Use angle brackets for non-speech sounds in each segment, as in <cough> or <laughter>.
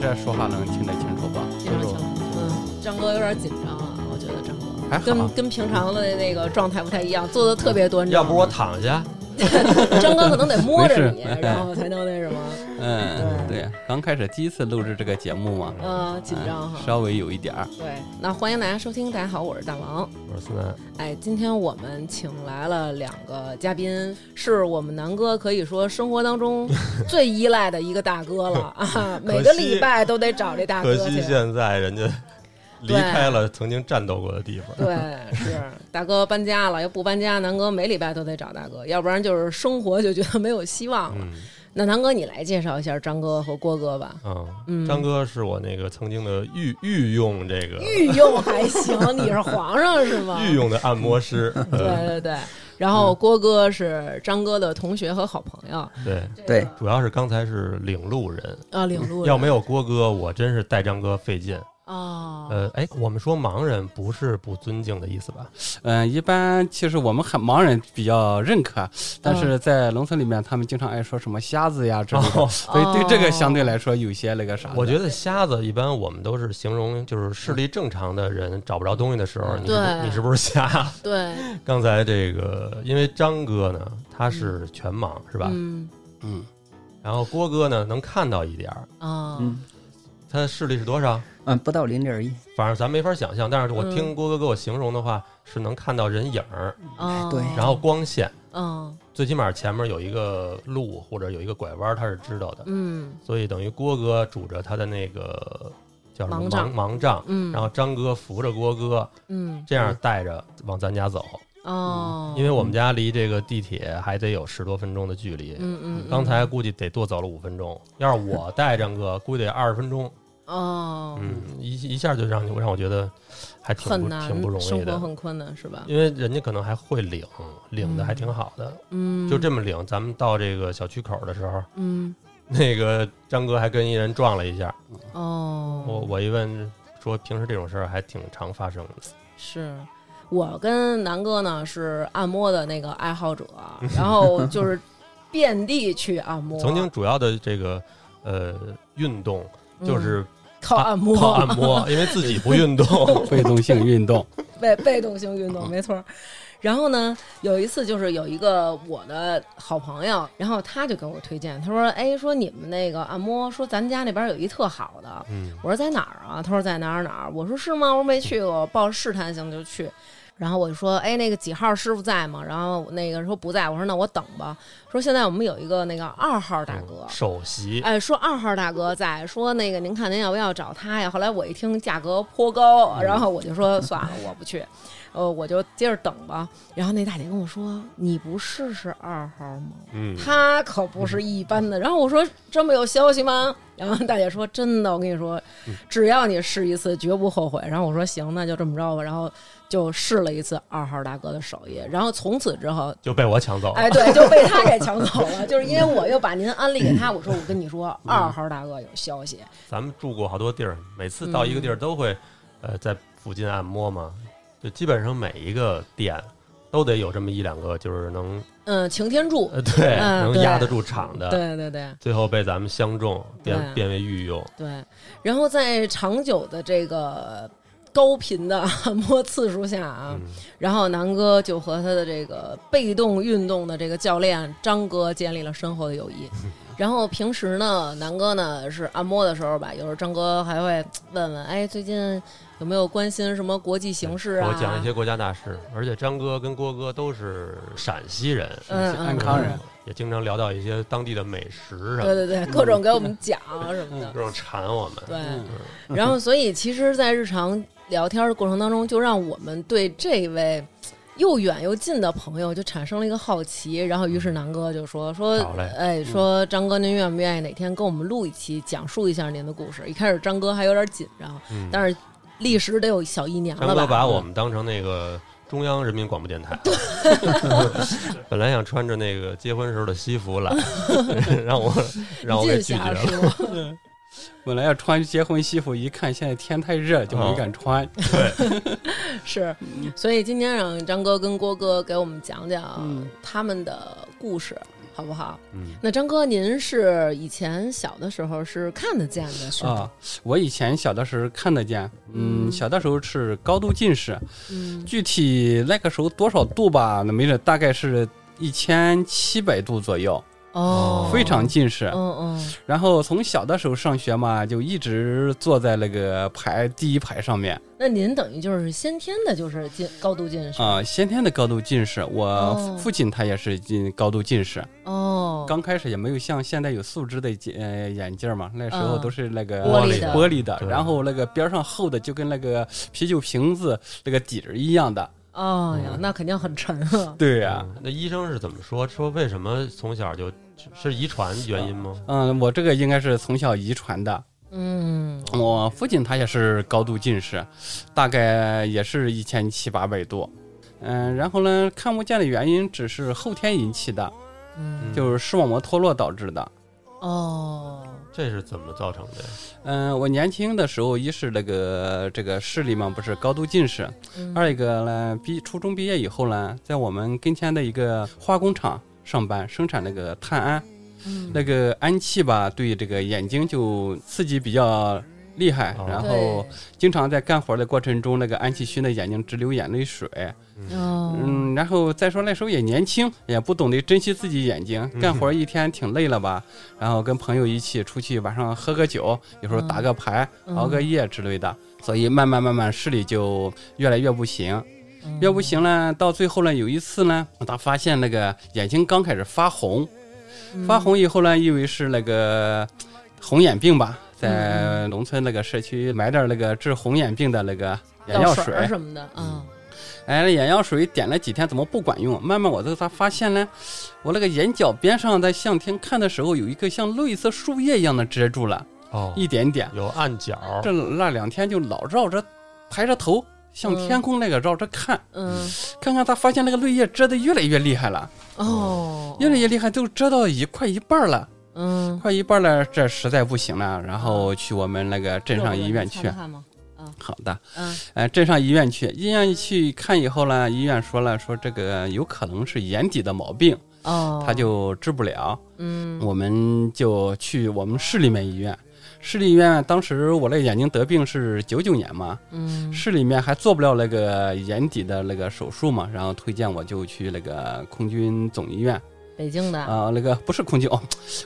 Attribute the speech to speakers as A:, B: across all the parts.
A: 在说话能听得清楚吧？
B: 非常强，嗯，张哥有点紧张啊，我觉得张哥
A: 还好
B: 跟跟平常的那个状态不太一样，坐的特别端正。
C: 要不我躺下，
B: 张哥可能得摸着你
A: 没事，
B: 然后才能那什么，
A: 嗯，
B: 对
A: 对，刚开始第一次录制这个节目嘛，
B: 嗯，紧张
A: 嗯
B: 哈。
A: 稍微有一点儿。
B: 对，那欢迎大家收听，大家好，我是大王。
C: 我说孙楠，
B: 哎，今天我们请来了两个嘉宾，是我们南哥可以说生活当中最依赖的一个大哥了啊，每个礼拜都得找这大
D: 可
B: 哥
D: 惜
B: 去。
D: 现在人家离开了曾经战斗过的地方。 <laughs>
B: 对，是大哥搬家了，要不搬家，南哥每礼拜都得找大哥，要不然就是生活就觉得没有希望了。
D: 嗯
B: 那南哥，你来介绍一下张哥和郭哥吧。嗯
D: 嗯，张哥是我那个曾经的御御用这个
B: 御用还行，你是皇上是吗？
D: 御用的按
B: <laughs>
D: 摩师，
B: 对
D: 呃
B: 对对。然后郭哥是张哥的同学和好朋友，
D: 对，
E: 对，
D: 主要是刚才是领路人，
B: 啊，领路人
D: 要没有郭哥，我真是带张哥费劲。
B: 哦，
D: 呃，哎，我们说盲人不是不尊敬的意思吧？
A: 嗯，一般其实我们很盲人比较认可，啊但是在农村里面，他们经常爱说什么瞎子呀之类的，所以对这个相对来说有些那个啥的。
D: 我觉得瞎子一般我们都是形容就是视力正常的人找不着东西的时候，
A: 嗯
D: 你是不
B: 对
D: 你是不是瞎？
B: 对，
D: 刚才这个，因为张哥呢他是全盲是吧？
B: 嗯
A: 嗯，
D: 然后郭哥呢能看到一点儿，
B: 啊，
E: 嗯
D: 他视力是多少？
C: 啊
E: 嗯，不到零点一，
D: 反正咱没法想象，但是我
B: 嗯
D: 听郭哥给我形容的话，是能看到人影儿，
B: 哦
E: 对
D: 然后光线，
B: 嗯
D: 最起码前面有一个路或者有一个拐弯，他是知道的。
B: 嗯
D: 所以等于郭哥拄着他的那个叫什么
B: 盲杖
D: 盲盲杖，
B: 嗯，
D: 然后张哥扶着郭哥，
B: 嗯
D: 这样带着往咱家走，
B: 哦，
D: 嗯因为我们家离这个地铁还得有十多分钟的距离。
B: 嗯嗯嗯
D: 刚才估计得多走了五分钟，要是我带
B: <laughs>
D: 张哥，估计得二十分钟。
B: 哦，
D: 嗯，一一下就让你让我觉得还挺
B: 很
D: 不
B: 难，
D: 挺不容易
B: 生活
D: 的，
B: 很困难是吧？
D: 因为人家可能还会领，领的
B: 嗯
D: 还挺好的，
B: 嗯，
D: 就这么领。咱们到这个小区口的时候， <laughs>
B: 嗯
D: 那个张哥还跟一人撞了一下，
B: 哦，
D: 我我一问说平时这种事儿还挺常发生的，
B: 是我跟南哥呢是按摩的那个爱好
D: <laughs>
B: 者，然后就是遍地去按摩，
D: 曾经主要的这个呃运动
B: 嗯
D: 就是
B: 靠按摩，
D: 靠按摩，因为自己不运动，
A: 被动性运动，
B: <laughs> 被被动性运
D: 嗯
B: 动，没错儿。然后呢，有一次就是有一个我的好朋友，然后他就给我推荐，他说：“哎，说你们那个按摩，说咱家那边有一特好的。”
D: 嗯，
B: 我说在哪儿啊？他说在哪儿哪儿。我说是吗？我说没去过，抱着试探性就去。然后我就说，哎，那个几号师傅在吗？然后那个说不在。我说那我等吧。说现在我们有一个那个二号
D: 哦
B: 大哥，
D: 首
B: <laughs>
D: 席
B: 哎，说二号大哥在，说那个您看您要不要找他呀？后来我一听价格颇高，然后我就说算了，我不去，呃，我就接着等吧。然后那大姐跟我说：“你不试试二号吗？
D: 嗯
B: 他可不是一般的。”然后我说：“这么有消息吗？”然后大姐说：“真的，我跟你说，只要你试一次，绝不后悔。”然后我说：“行，那就这么着吧。”然后就试了一次二号大哥的手艺，然后从此之后
D: 就被我抢走了。
B: 哎，对，就被他给抢走了，就是因为我又把您安利给他，我说我跟你说，二号大哥有消息，
D: 咱们住过好多地儿，每次到一个地儿
B: 嗯
D: 都会，呃，在附近按摩嘛，就基本上每一个店都得有这么一两个，就是能，
B: 嗯，擎天柱，
D: 呃，对，
B: 嗯
D: 能
B: 对
D: 压得住场的。
B: 对对对
D: 最后被咱们相中，
B: 对
D: 变变为御用。
B: 对，然后在长久的这个。高频的 <laughs> 按摩次数下啊，
D: 嗯，
B: 然后南哥就和他的这个被动运动的这个教练张哥建立了深厚的友谊。
D: 嗯
B: 然后平时呢，南哥呢是按摩的时候吧，有时候张哥还会问问，哎，最近有没有关心什么国际形势啊？
D: 我讲一些国家大事，而且张哥跟郭哥都是陕西人，
B: 嗯嗯
A: 安康人，
D: 也经常聊到一些当地的美食什么
B: 对
D: 的，
B: 对对，各种给我们
D: <laughs>
B: 讲什么的
D: 各。种馋我们。
B: 对，
A: 嗯
B: 然后所以其实，在日常聊天的过程当中，就让我们对这位又远又近的朋友就产生了一个好奇。然后，于是南哥就说说
D: 嗯好嘞，嗯
B: 哎，说张哥，您愿不愿意哪天跟我们录一期，讲述一下您的故事？一开始张哥还有点紧张，
D: 嗯，
B: 但是历时得有小一年
D: 张
B: 了
D: 哥
B: 吧？
A: 嗯
D: 把我们当成那个中央人民广播电台， <laughs> 本来想穿着那个结婚时候的西
A: <laughs>
D: 服来，让我让我给
B: 你
D: 拒
B: 净
D: 绝
B: 瞎
D: 了。
B: 说，
A: 本来要穿结婚西服，一看现在天太热，就
D: 哦
A: 没敢穿。
B: <laughs> 是，
D: 嗯
B: 所以今天让张哥跟郭哥给我们讲讲
A: 嗯
B: 他们的故事。好不好？ <laughs>
D: 嗯，
B: 那张哥，您是以前小的时候是看得见的，是吗？
A: 啊，我以前小的时候看得见，嗯，
B: 嗯
A: 小的时候是高度近视，
B: 嗯，
A: 具体那个时候多少度吧，那没准大概是一千七百度左右，
B: 哦，
A: 非常近视。
B: 嗯嗯，
A: 然后从小的时候上学嘛，就一直坐在那个排第一排上面
B: 那您等于就是先天的，就是近高度近视
A: 啊、先天的高度近视。我
B: 哦
A: 父亲他也是近高度近视，
B: 哦，
A: 刚开始也没有像现在有素质的眼呃眼镜嘛，那时候
B: 嗯
A: 都是那个
B: 玻璃的
A: 玻璃的，
D: 对
A: 然后那个边上厚的就跟那个啤酒瓶子那个底儿一样的。
B: 哦呀，
D: 嗯
B: 那肯定很沉啊。
A: 对呀、
D: 嗯那医生是怎么说？说为什么从小就是是遗传原因吗？
A: 嗯，我这个应该是从小遗传的。
B: 嗯，
A: 我父亲他也是高度近视，大概也是一千七八百度。嗯，然后呢，看不见的原因只是后天引起的，
B: 嗯，
A: 就是视网膜脱落导致的。
B: 哦，
D: 这是怎么造成的呀？
A: 嗯，我年轻的时候，一是那个这个视力嘛，不是高度近视；
B: 嗯
A: 二一个呢，毕初中毕业以后呢，在我们跟前的一个化工厂上班，生产那个碳胺，
B: 嗯
A: 那个氨气吧，对这个眼睛就刺激比较厉害，
D: 哦
A: 然后
B: 对
A: 经常在干活的过程中，那个氨气熏得眼睛直流眼泪水。
B: 哦，
A: 嗯，然后再说那时候也年轻，也不懂得珍惜自己眼睛，
D: 嗯
A: 干活一天挺累了吧， <laughs> 然后跟朋友一起出去晚上喝个酒，有时候打个牌、
B: 嗯
A: 熬个夜之类的，所以慢慢慢慢视力就越来越不行，越不行呢，到最后呢，有一次呢，他发现那个眼睛刚开始发红，
B: 嗯
A: 发红以后呢，以为是那个红眼病吧，在农村那个社区买点那个治红眼病的那个眼药
B: 药
A: 水嗯
B: 儿，什么的啊，
A: 哎，那眼药水点了几天怎么不管用？慢慢我这才发现呢，我那个眼角边上在向天看的时候，有一个像绿色树叶一样的遮住了，
D: 哦，
A: 一点点。
D: 有暗角，
A: 这那两天就老绕着抬着头向
B: 嗯
A: 天空那个绕着看，
B: 嗯，
A: 看看他发现那个绿叶遮的越来越厉害了，
B: 哦，
A: 越来越厉害，都遮到一快一半了。
B: 嗯，
A: 快一半了，这实在不行了，然后去我们那个镇上医院去
B: 看。看吗？
A: 好的，
B: 嗯，
A: 呃，镇上医院去，医院一去看以后呢，医院说了，说这个有可能是眼底的毛病，
B: 哦，
A: 他就治不了，
B: 嗯
A: 我们就去我们市里面医院。市里面当时我那眼睛得病是九九年嘛，
B: 嗯
A: 市里面还做不了那个眼底的那个手术嘛，然后推荐我就去那个空军总医院，
B: 北京的
A: 啊、那个不是空军哦，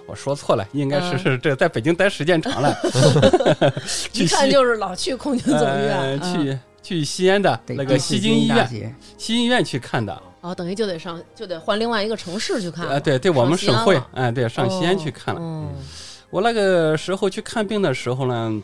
A: 我说错了，应该是
B: 嗯
A: 是这在北京待时间长
B: <laughs>
A: 了，
B: 一
A: 去
B: 看
A: 西
B: 就是老去空军总医
A: 呃
B: 院，嗯
A: 去去西安的
C: 得
A: 那个西京医
C: 大
A: 院，
C: 学，
A: 西京医院去看的，
B: 哦，等于就得上就得换另外一个城市去看
A: 呃，
B: 了，
A: 对对，我们
B: 西
A: 省
B: 安
A: 会
B: 了，
A: 哎、对，上西安去看了。
B: 哦
A: 我那个时候去看病的时候呢，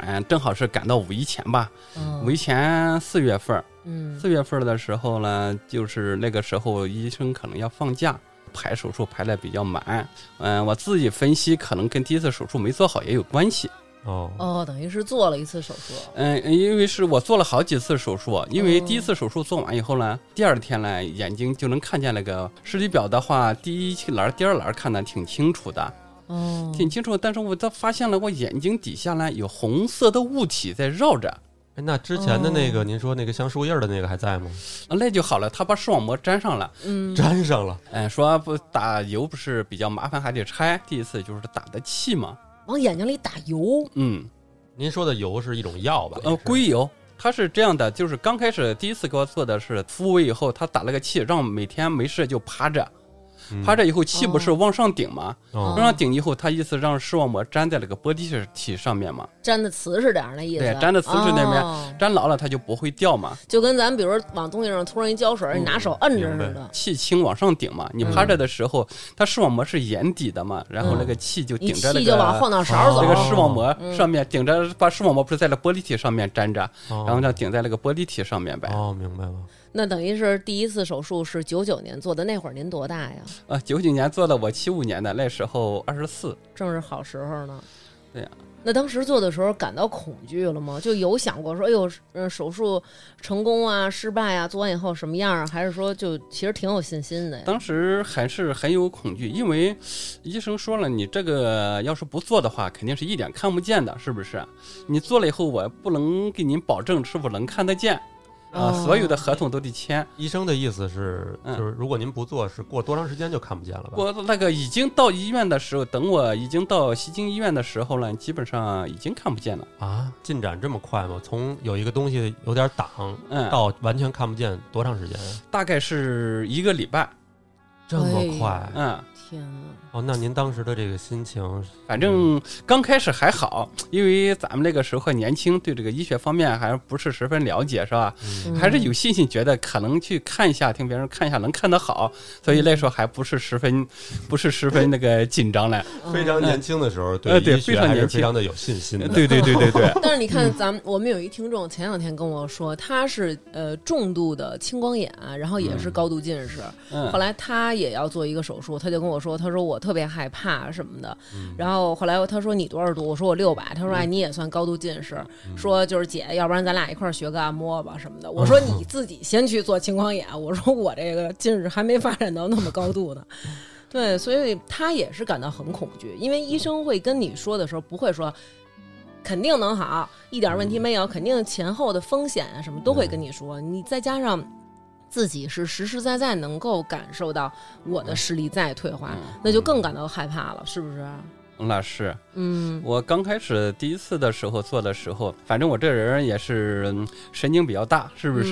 A: 嗯、正好是赶到五一前吧，
B: 嗯
A: 五一前四月份儿，
B: 嗯
A: 四月份儿的时候呢，就是那个时候医生可能要放假。排手术排的比较满，嗯，我自己分析可能跟第一次手术没做好也有关系，
D: 哦，
B: 哦，等于是做了一次手术，
A: 嗯，因为是我做了好几次手术，因为
B: 哦
A: 第一次手术做完以后呢，第二天呢眼睛就能看见那个视力表的话，第一栏、第二栏看的挺清楚的，
B: 哦，
A: 挺清楚。但是我倒发现了我眼睛底下呢有红色的物体在绕着，
D: 哎那之前的那个，
A: 哦
D: 您说那个像树叶的那个还在吗？
A: 啊那就好了，他把视网膜粘上了。
B: 嗯
D: 粘上了，
A: 嗯，说不打油不是比较麻烦，还得拆。第一次就是打的气嘛，
B: 往眼睛里打油，
A: 嗯，
D: 您说的油是一种药吧？
A: 呃，硅油。它是这样的，就是刚开始第一次给我做的是复位以后，他打了个气，让我每天没事就趴着，趴
D: 这
A: 着以后气不是往上顶吗？
D: 嗯哦
A: 往上顶以后，它意思让视网膜粘在那个玻璃体上面嘛，
B: 粘的瓷实点儿那意思，
A: 对粘得瓷实点儿呗
B: 哦
A: 粘牢了它就不会掉嘛，
B: 就跟咱们比如说往东西上涂上一胶水，
A: 嗯
B: 你拿手摁着似
D: 明
B: 的，
A: 气轻往上顶嘛。你
D: 嗯
A: 趴着的时候，它视网膜是眼底的嘛，然后那个气就
B: 一
A: 顶着那
B: 气就往后
A: 个。啊
B: 脑勺
D: 哦
A: 这
B: 走
A: 个，视网膜上面顶着，把视网膜不是在那玻璃体上面粘着，
D: 哦
A: 嗯然后呢顶在那个玻璃体上面呗。
D: 哦，明白了，
B: 那等于是第一次手术是九九年做的，那会儿您多大呀？
A: 啊，九几年做的，我七五年的，那时候二十四。
D: 嗯
B: 正是好时候呢。
A: 对呀
B: 那当时做的时候感到恐惧了吗？就有想过说，哎呦，嗯，手术成功啊，失败啊，做完以后什么样啊？还是说就其实挺有信心的呀？
A: 当时还是很有恐惧，因为医生说了，你这个要是不做的话，肯定是一点看不见的，是不是？你做了以后，我不能给您保证是否能看得见，啊，
D: 哦
A: 所有的合同都得签。
D: 医生的意思是，
A: 嗯
D: 就是如果您不做，是过多长时间就看不见了吧？
A: 我那个已经到医院的时候，等我已经到西京医院的时候了，基本上已经看不见了。
D: 啊，进展这么快吗？从有一个东西有点挡
A: 嗯，
D: 到完全看不见，多长时间啊？
A: 大概是一个礼拜。
D: 这么快？
A: 嗯，
B: 天啊哪，
D: 哦，那您当时的这个心情，
A: 反正刚开始还好，因为咱们那个时候还年轻，对这个医学方面还不是十分了解，是吧？
D: 嗯
A: 还是有信心，觉得可能去看一下，听别人看一下能看得好，所以那时候还不是十分，不是十分那个紧张嘞。
B: 嗯
D: 非常年轻的时候，
A: 呃对非
D: 医学
A: 常
D: 还是
A: 年轻
D: 非常的有信心的。
A: 对对对对对，
B: <laughs> 嗯但是你看，
A: 嗯
B: 咱们我们有一听众前两天跟我说，他是呃重度的青光眼，然后也是高度近视，后
A: 嗯，
B: 来他也要做一个手术，他就跟我说，他说我特别害怕什么的。
D: 嗯
B: 然后后来他说你多少度？我说我六百。他说
A: 嗯
B: 哎，你也算高度近视，
D: 嗯
B: 说就是姐，要不然咱俩一块儿学个按摩吧什么的。我说你自己先去做青光眼， <laughs> 我说我这个近视还没发展到那么高度呢。对，所以他也是感到很恐惧，因为医生会跟你说的时候，不会说肯定能好，一点问题没有，肯定前后的风险啊什么都会跟你说。你再加上自己是实实在在能够感受到我的视力在退
A: 嗯
B: 化，那就更感到害怕了，是不是？
A: 那是。
B: 嗯
A: 我刚开始第一次的时候做的时候，反正我这人也是嗯神经比较大，是不是？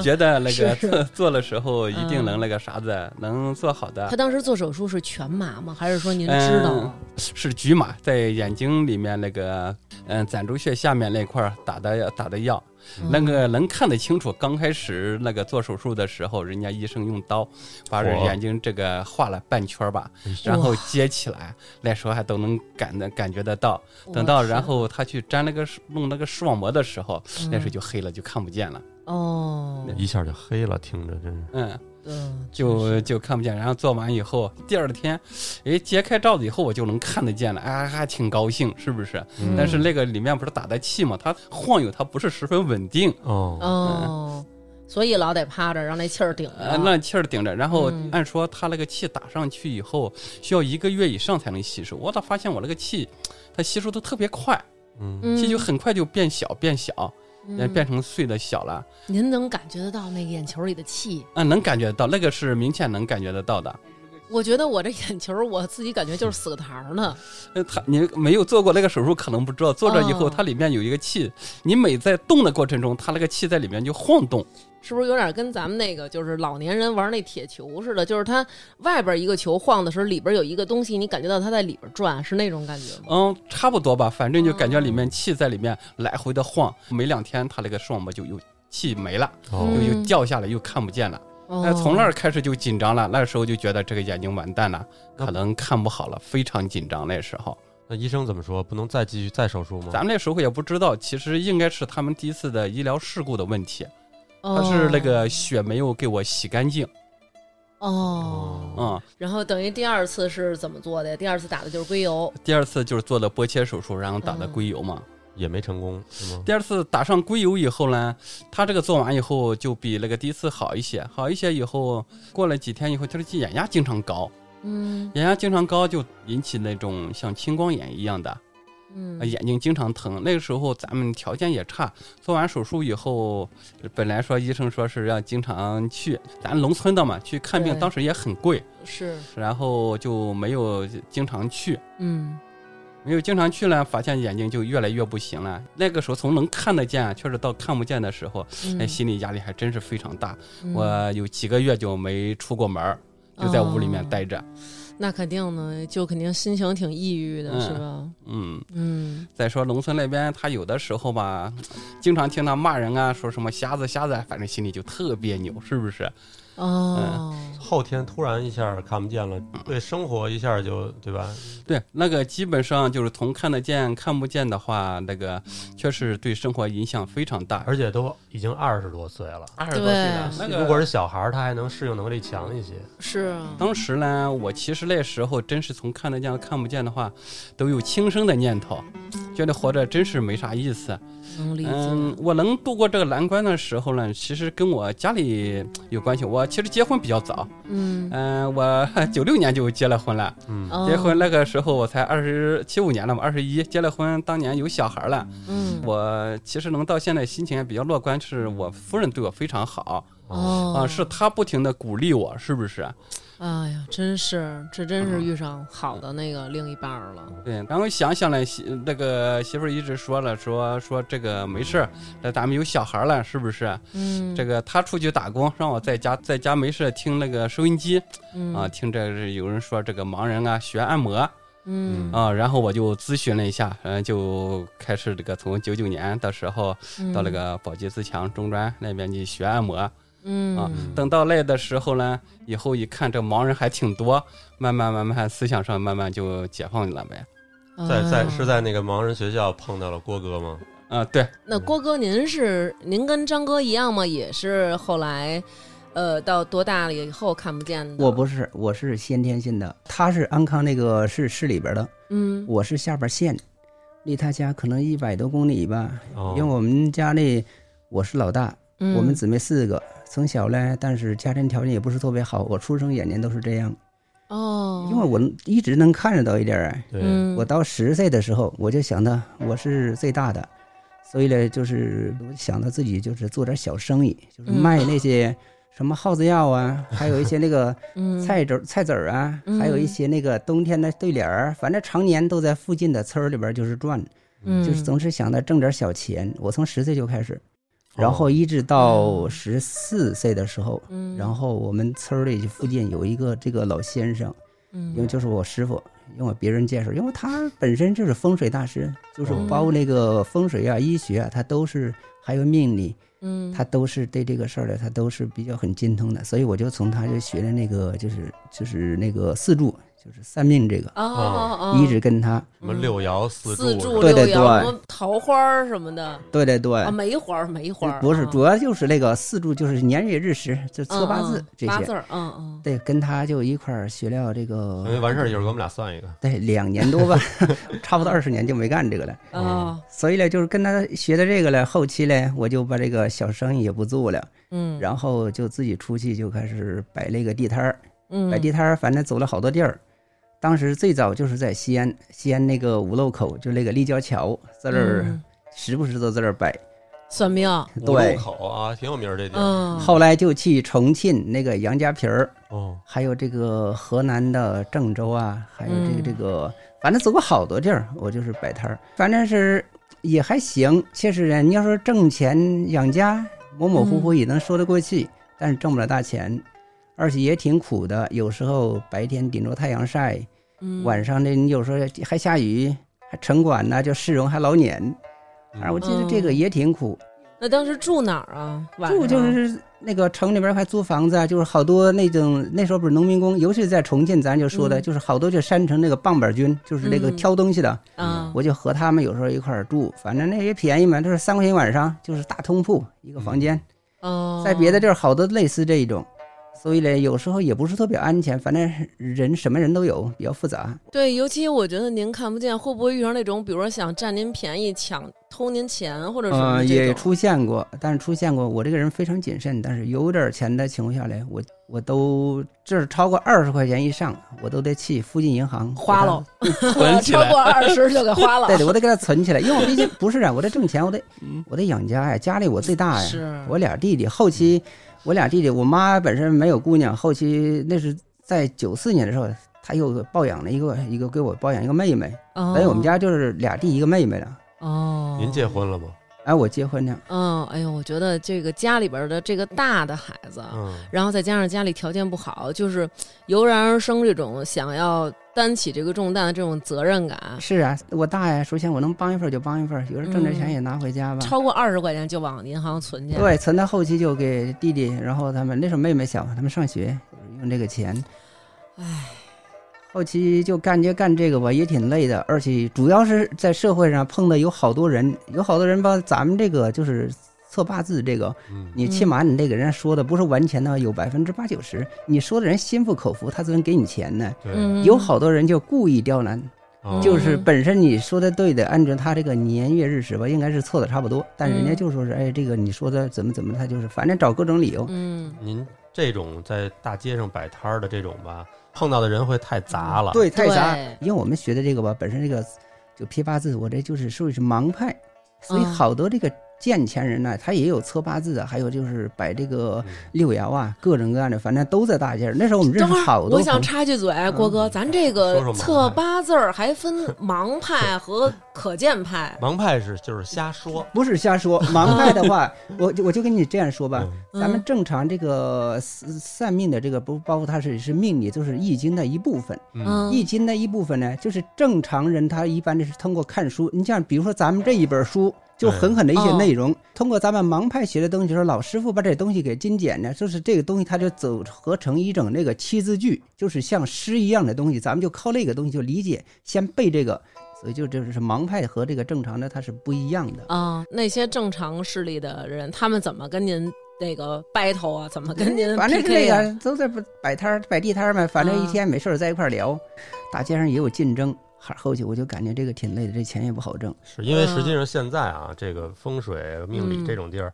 A: 觉得那个
B: 是
A: 做做的时候一定能那个啥子，能做好的
B: 他。当时做手术是全麻吗？还是说您知道吗？
A: 是局麻在眼睛里面那个嗯攒竹穴下面那块儿打的打的药，那个能看得清楚。刚开始那个做手术的时候，人家医生用刀把人
D: 嚯
A: 眼睛这个画了半圈儿吧，然后接起来，那时候还都能感的感觉得到。等到然后他去粘那个视弄那个视网膜的时候，那时候就黑了，就看不见了。
B: 哦，
D: 一下就黑了，听着真是。
A: 嗯，
B: 嗯，
A: 就就看不见。然后做完以后，第二天，诶，揭开罩子以后我就能看得见了，啊，还挺高兴，是不是？
B: 嗯
A: 但是那个里面不是打的气嘛，它晃悠，它不是十分稳定。
D: 哦，
B: 哦，所以老得趴着让那气儿顶
A: 呃
B: 着，，
A: 那气儿顶着，然后
B: 嗯
A: 按说它那个气打上去以后，需要一个月以上才能吸收。我咋发现我那个气，它吸收的特别快，
D: 嗯，
B: 嗯
A: 气就很快就变小变小，呃
B: 嗯
A: 变成碎的小了。
B: 您能感觉得到那个眼球里的气？
A: 啊，能感觉到，那个是明显能感觉得到的。
B: 我觉得我这眼球，我自己感觉就是死个堂儿呢。
A: 呃，它你没有做过那个手术，可能不知道。做着以后，
B: 哦
A: 它里面有一个气，你每在动的过程中，它那个气在里面就晃动。
B: 是不是有点跟咱们那个就是老年人玩那铁球似的？就是它外边一个球晃的时候，里边有一个东西，你感觉到它在里边转，是那种感觉吗？
A: 嗯，差不多吧，反正就感觉里面气在里面来回的晃。没两天，它那个视网膜就有气没了，
D: 哦
A: 就
B: 嗯
A: 又掉下来，又看不见了。那、
B: 哦
A: 呃从那儿开始就紧张了，那时候就觉得这个眼睛完蛋了，
B: 哦
A: 可能看不好了，非常紧张。那时候，
D: 那医生怎么说？不能再继续再手术吗？
A: 咱们那时候也不知道，其实应该是他们第一次的医疗事故的问题，
B: 哦
A: 他是那个血没有给我洗干净。
B: 哦，
A: 嗯，
B: 然后等于第二次是怎么做的？第二次打的就是硅油，
A: 第二次就是做了波切手术，然后
B: 嗯
A: 打的硅油嘛。
D: 也没成功是吗？
A: 第二次打上硅油以后呢，他这个做完以后就比那个第一次好一些，好一些以后，过了几天以后，他的眼压经常高，
B: 嗯
A: 眼压经常高就引起那种像青光眼一样的，
B: 嗯
A: 呃，眼睛经常疼。那个时候咱们条件也差，做完手术以后，本来说医生说是要经常去，咱农村的嘛，去看病
B: 对
A: 当时也很贵，
B: 是
A: 然后就没有经常去。
B: 嗯
A: 哎没有经常去呢，发现眼睛就越来越不行了。那个时候从能看得见，啊确实到看不见的时候，哎，心理压力还真是非常大。
B: 嗯
A: 我有几个月就没出过门儿，就在屋里面待着。
B: 哦那肯定呢，就肯定心情挺抑郁的，
A: 嗯
B: 是吧？
A: 嗯，
B: 嗯
A: 再说农村那边，他有的时候吧，经常听他骂人啊，说什么瞎子瞎子，反正心里就特别扭，是不是？
B: 哦，
A: 嗯
D: 后天突然一下看不见了，对生活一下就对吧？
A: 对，那个基本上就是从看得见看不见的话，那个确实对生活影响非常大。
D: 而且都已经二十多岁了，
A: 二
B: 十多岁了
A: 那
D: 如果
A: 个
D: 是小孩儿，他还能适应能力强一些。
B: 是啊
A: 当时呢，我其实那时候真是从看得见到看不见的话，都有轻生的念头，觉得活着真是没啥意思。
B: 能理解。
A: 嗯嗯，我能度过这个难关的时候呢，其实跟我家里有关系。我我其实结婚比较早，
B: 嗯
A: 嗯、
B: <laughs>
A: 我九六年就结了婚了，
D: 嗯
B: 哦
A: 结婚那个时候我才二十七五年了嘛，二十一，结了婚当年有小孩了，
B: 嗯
A: 我其实能到现在心情也比较乐观，是我夫人对我非常好
B: 哦
A: 啊，是她不停的鼓励我，是不是？
B: 哎呀，真是这真
A: 嗯
B: 是遇上好的那个另一半儿了。
A: 对，然后想想了，媳那个媳妇儿一直说了，说说这个没事儿，那咱们有小孩了，是不是？
B: 嗯，
A: 这个她出去打工，让我在家在家没事听那个收音机
B: 嗯
A: 啊，听这是有人说这个盲人啊学按摩
B: 嗯
A: 啊，然后我就咨询了一下，嗯，就开始这个从九九年的时候到那个宝鸡自强中专那边去学按摩，
B: 嗯
A: 啊
B: 嗯
A: 等到累的时候呢，以后一看这盲人还挺多，慢慢慢慢思想上慢慢就解放了呗。
D: 在在是
B: 啊
D: 在那个盲人学校碰到了郭哥吗？
A: 啊、
B: <laughs>
A: 对，
B: 那郭哥，您是您跟张哥一样吗？也是后来，呃，到多大了以后看不见的？
C: 我不是，我是先天性的，他是安康那个市市里边的，
B: 嗯
C: 我是下边县，离他家可能一百多公里吧。
D: 哦
C: 因为我们家里我是老大，
B: 嗯，
C: 我们姊妹四个，从小呢，但是家庭条件也不是特别好，我出生眼睛都是这样，
B: 哦，
C: 因为我一直能看得到一点儿啊。
D: 对，
B: 嗯
C: 我到十岁的时候，我就想到我是最大的，所以呢，就是我想到自己就是做点小生意，就是
B: 嗯
C: 卖那些什么耗子药啊，还有一些那个
B: <laughs> 嗯
C: 菜籽儿菜籽儿啊，
B: 嗯
C: 还有一些那个冬天的对联儿，反正常年都在附近的村儿里边儿就是转，
B: 嗯
C: 就是总是想着挣点小钱。我从十岁就开始，然后一直到
B: 嗯
C: 十四岁的时候，
B: 嗯，
C: 然后我们村儿里附近有一个这个老先生。因为
B: 嗯
C: 就是我师傅，因为别人介绍，因为他本身就是风水大师，就是
B: 哦
D: 嗯
C: 包括那个风水啊、医学啊，他都是还有命理，
B: 嗯
C: 他都是对这个事儿的，他都是比较很精通的，所以我就从他就学了那个，就是就是那个四柱，就是算命这个，
B: 哦哦哦，
C: 一直跟他，
D: 什么六爻四
B: 四
D: 柱
B: 柱
C: 对
B: 六
C: 对
B: 爻
C: 对
B: 什么桃花儿什么的
C: 对对对
B: 啊，，梅花儿梅花儿
C: 不是，
B: 啊
C: 主要就是那个四柱，就是年月日时，就测八
B: 嗯
C: 字
B: 嗯
C: 这
B: 八
C: 些
B: 字，儿，哎嗯
C: 对，跟他就一块儿学了这
D: 因为
C: 个，
D: 完事儿一会儿给我们俩算一个。
C: 对，两年多吧， <laughs> 差不多二十年就没干这个了。
B: 嗯哦
C: 所以呢，就是跟他学的这个了，后期呢，我就把这个小生意也不做了，
B: 嗯，
C: 然后就自己出去就开始摆那个地摊儿，
B: 嗯
C: 摆地摊儿，反正走了好多地儿。当时最早就是在西安，西安那个五路口，就那个立交桥，在那儿
B: 嗯
C: 时不时都在那儿摆。
B: 算命，
D: 五路
C: 对，
D: 口啊，挺有名儿这地儿。
B: 嗯，
C: 后来就去重庆那个杨家坪儿，
D: 哦，
C: 还有这个河南的郑州啊，还有这
B: 嗯
C: 个这个，反正走过好多地儿，我就是摆摊儿，反正是也还行。确实呢，你要说挣钱养家，模模
B: 嗯
C: 糊糊也能说得过去，但是挣不了大钱，而且也挺苦的。有时候白天顶着太阳晒，
B: 嗯
C: 晚上呢你有时候还下雨，还城管呢、就市容还老撵。
D: 嗯
C: 啊，我记得这个
B: 嗯
C: 也挺苦，
B: 那当时住哪儿啊？晚
C: 住就
B: 上
C: 是那个城里边还租房子啊，就是好多那种那时候不是农民工，尤其是在重庆，咱就说的，
B: 嗯
C: 就是好多就山城那个棒板军，就是那个
B: 嗯
C: 挑东西的，
B: 啊，
C: 我就和他们有时候一块儿住，反正那也便宜嘛，就是三块钱晚上，就是大通铺一个房间，
B: 哦，
C: 在别的地儿好多类似这一种。所以呢，有时候也不是特别安全，反正人什么人都有，比较复杂。
B: 对，尤其我觉得您看不见，会不会遇上那种，比如说想占您便宜、抢偷您钱或者什么
C: 呃，
B: 的
C: 也
B: 这种？
C: 出现过，但是出现过，我这个人非常谨慎，但是有点钱的情况下来，我我都这是超过二十块钱以上，我都得去附近银行
B: 花喽
C: 了。，
A: 存起
B: 呃超
A: 来
B: 过二十就给花
C: <laughs>
B: 了。
C: 对对，我得给它存起来，因为我毕竟不是啊，我得挣钱，我得
A: 嗯
C: 我得养家呀，家里我最大呀，
B: 是
C: 我俩弟弟，后期我俩弟弟，我妈本身没有姑娘，后期那是在九四年的时候，她又抱养了一个一个给我抱养一个妹妹，
B: 哦
C: 所以我们家就是俩弟一个妹妹了。
B: 哦，
D: 您结婚了吗？
C: 哎，我结婚了，
B: 嗯，哎呦，我觉得这个家里边的这个大的孩子，啊
D: 嗯，
B: 然后再加上家里条件不好，就是油然而生这种想要担起这个重担的这种责任感，
C: 是啊，我大呀，首先我能帮一份儿就帮一份儿，有时候挣点
B: 嗯
C: 钱也拿回家吧。
B: 超过二十块钱就往银行存去。
C: 对，存到后期就给弟弟，然后他们那时候妹妹小，他们上学用这个钱。
B: 唉，
C: 后期就干就干这个吧，也挺累的，而且主要是在社会上碰到有好多人，有好多人吧，咱们这个就是测八字这个，
D: 嗯，
C: 你起码你这个人说的不是完全的有百分之八九十，你说的人心服口服，他才能给你钱呢。
B: 嗯
D: 对，
C: 有好多人就故意刁难，
D: 哦
C: 就是本身你说的对的，按照他这个年月日时吧，应该是错的差不多，但人家
B: 嗯
C: 就说是哎，这个你说的怎么怎么，他就是反正找各种理由。
B: 嗯
D: 您这种在大街上摆摊儿的这种吧，碰到的人会太杂了。
C: 对，太杂
B: 对。
C: 因为我们学的这个吧，本身这个就批八字，我这就是属于是盲派，所以
B: 嗯
C: 好多这个见钱人呢、他也有测八字的，啊还有就是摆这个六爻啊，各种各样的，反正都在大街上。那时候我们
B: 等
C: 认识
B: 会儿
C: 好多
B: 我
C: 朋友嗯
B: 想，插句嘴，郭哥，咱这
D: 说
B: 个
D: 说盲
B: 测
D: 派
B: 八字儿还分盲派和可见派。
D: 盲派是就是瞎说，
C: 不是瞎 <laughs> 说，盲派的话，我就我就跟你这样说吧，
D: 嗯
C: 咱们正常这个散散命的这个不包括它是是命理，就是易经的一部分。
B: 嗯，
C: 易经的一部分呢，就是正常人他一般的是通过看书，你像比如说咱们这一本书，就狠狠的一些内容，通过咱们盲派学的东西，就是老师傅把这东西给精简呢，就是这个东西它就组合成一整那个七字句，就是像诗一样的东西，咱们就靠那个东西就理解，先背这个，所以就这就是盲派和这个正常的它是不一样的。
B: 啊，那些正常视力的人，他们怎么跟您那个 battle 啊？怎么 <laughs> 跟您
C: 反正是这
B: PK 啊？嗯
C: 个，都在摆摊儿、摆地摊儿嘛，反正一天没事儿在一块儿聊，大街上也有竞争。后后期我就感觉这个挺累的，这钱也不好挣。
D: 是因为
B: 嗯
D: 实际上现在啊，这个风水命理
B: 嗯
D: 这种地儿，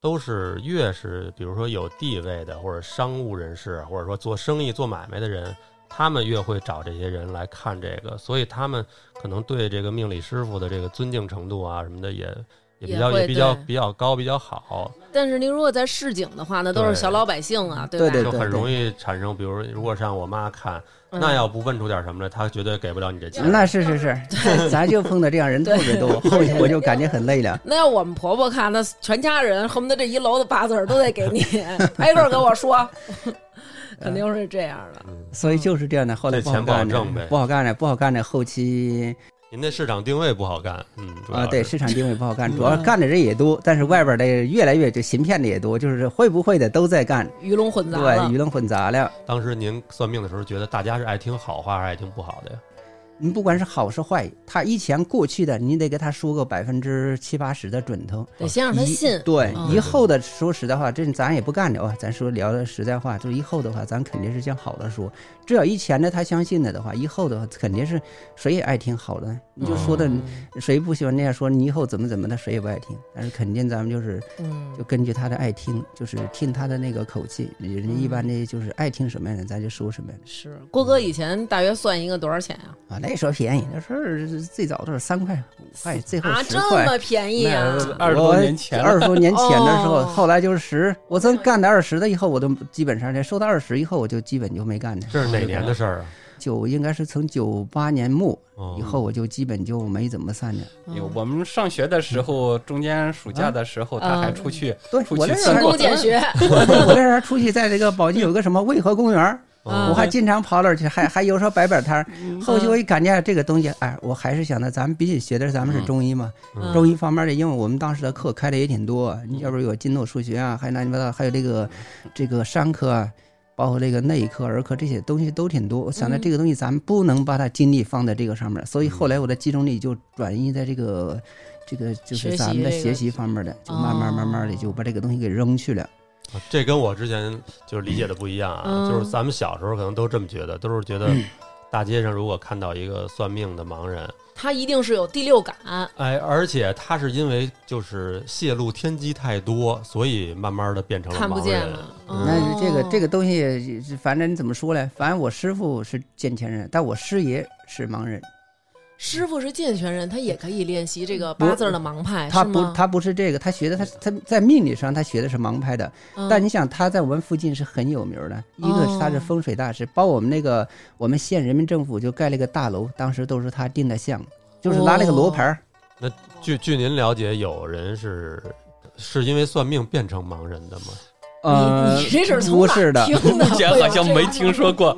D: 都是越是比如说有地位的，或者商务人士，或者说做生意做买卖的人，他们越会找这些人来看这个，所以他们可能对这个命理师傅的这个尊敬程度啊什么的也也比较
B: 也会
D: 也比较
B: 对
D: 比较高，比较好，
B: 但是您如果在市井的话，那都是
D: 对
B: 小老百姓啊，
C: 对
B: 吧？
C: 嗯对
D: 就很容易产生，比如如果是让我妈看，
B: 嗯
D: 那要不问出点什么来，她绝对给不了你这钱。
C: 那是是是，咱就碰到这样人特别多，后期我就感觉很累了。
B: 那要我们婆婆看，那全家人恨不得这一楼的八字儿都得给
C: <laughs>
B: 你，挨个儿跟我说，肯定是这样的。
D: 嗯
C: 所以就是这样的，后来
D: 这
C: 不好
D: 钱不好
C: 干
D: 挣呗
C: 的，不好干的，不好干的。后期
D: 您那市场定位不好干，嗯，主
C: 啊，
D: 要
C: 对
D: 是
C: 市场定位不
B: <laughs>
C: 好干，主要
B: 嗯
C: 干的人也多，但是外边的越来越就行骗的也多，就是会不会的都在干，
B: 鱼龙混杂了
C: 对，鱼龙混杂了。
D: 当时您算命的时候，觉得大家是爱听好话还是爱听不好的呀？
C: 你不管是好是坏，他以前过去的，你得给他说个百分之七八十的准头。
B: 得先让他
C: 以
B: 信。
C: 对，
B: 嗯
C: 以后的说实在话，这咱也不干了啊。咱说聊的实在话，就是以后的话，咱肯定是讲好的说。只要以前的他相信了的话，以后的话肯定是谁也爱听好的。你就说的
B: 嗯
C: 谁不喜欢那样说，你以后怎么怎么的，谁也不爱听。但是肯定咱们就是
B: 嗯
C: 就根据他的爱听，就是听他的那个口气，人家一般的就是爱听什么样的，咱就说什么样的。
B: 是郭哥以前大约算一个多少钱啊？
C: 啊，那时候便宜，那时候最早都是三块、五块，最后
B: 啊，
C: 十
B: 这
C: 块。呃
B: 么便宜啊！
A: 那二十多年前了
C: 二十多年前的时候，
B: 哦
C: 后来就是十。我真干到二十的以后，我都基本上收到二十以后，我就基本就没干了。
D: 这是哪年的事 <laughs> 儿啊？
C: 九应该是从九八年末
D: 哦
C: 以后，我就基本就没怎么
A: <laughs>
C: 散了。
A: 有我们上学的时候，中间暑假的
B: 嗯
A: 时候，他还出去
B: 呃
C: 对
A: 出
C: 我
A: 去
C: 那时
A: 自
C: 候
B: 勤
C: 还，
B: 工俭学，
C: 我那时候还出去在这个宝鸡有个什么渭河公园儿，
B: 嗯
C: 我还经常跑那儿去，还还有时候摆摆摊儿。后期我一感觉这个东西，哎，我还是想着咱们毕竟学的是咱们是中医嘛，
B: 嗯
C: 中医方面的，因为我们当时的课开的也挺多，你要不有筋斗数学啊，还有乱七八糟，还有这个
B: 嗯
C: 这个伤科啊，包括这个内科、儿科这些东西都挺多。
B: 嗯
C: 我想着这个东西咱们不能把它精力放在这个上面，所以后来我的集中力就转移在这个这个就是咱们的
B: 学习这个
C: 学习方面的，就慢慢
B: 哦
C: 慢慢的就把这个东西给扔去了。
D: 这跟我之前就是理解的不一样啊，
B: 嗯
D: 就是咱们小时候可能都这么觉得，都是觉得大街上如果看到一个算命的盲人，
B: 他一定是有第六感。
D: 哎，而且他是因为就是泄露天机太多，所以慢慢的变成了
B: 看不
D: 盲
B: 见
D: 人
B: 了。
D: 嗯
C: 那
B: 哦
C: 这个这个东西，反正怎么说呢？反正我师傅是见钱人，但我师爷是盲人。
B: 师傅是健全人，他也可以练习这个八字儿的盲派，
C: 他
B: 哎是
C: 不
B: 吗，
C: 他不是这个，他学的他他在命理上他学的是盲派的，
B: 嗯
C: 但你想他在我们附近是很有名的，一个是他
B: 哦
C: 是风水大师，包括我们那个我们县人民政府就盖了一个大楼，当时都是他定的项，就是拿了个罗盘儿，
D: 据据您了解，有人是是因为算命变成盲人的吗？
C: 呃
B: 哦你你这是从
C: 不
B: 哪
C: 是的，
B: 听
A: <laughs> 目前好像没听说过。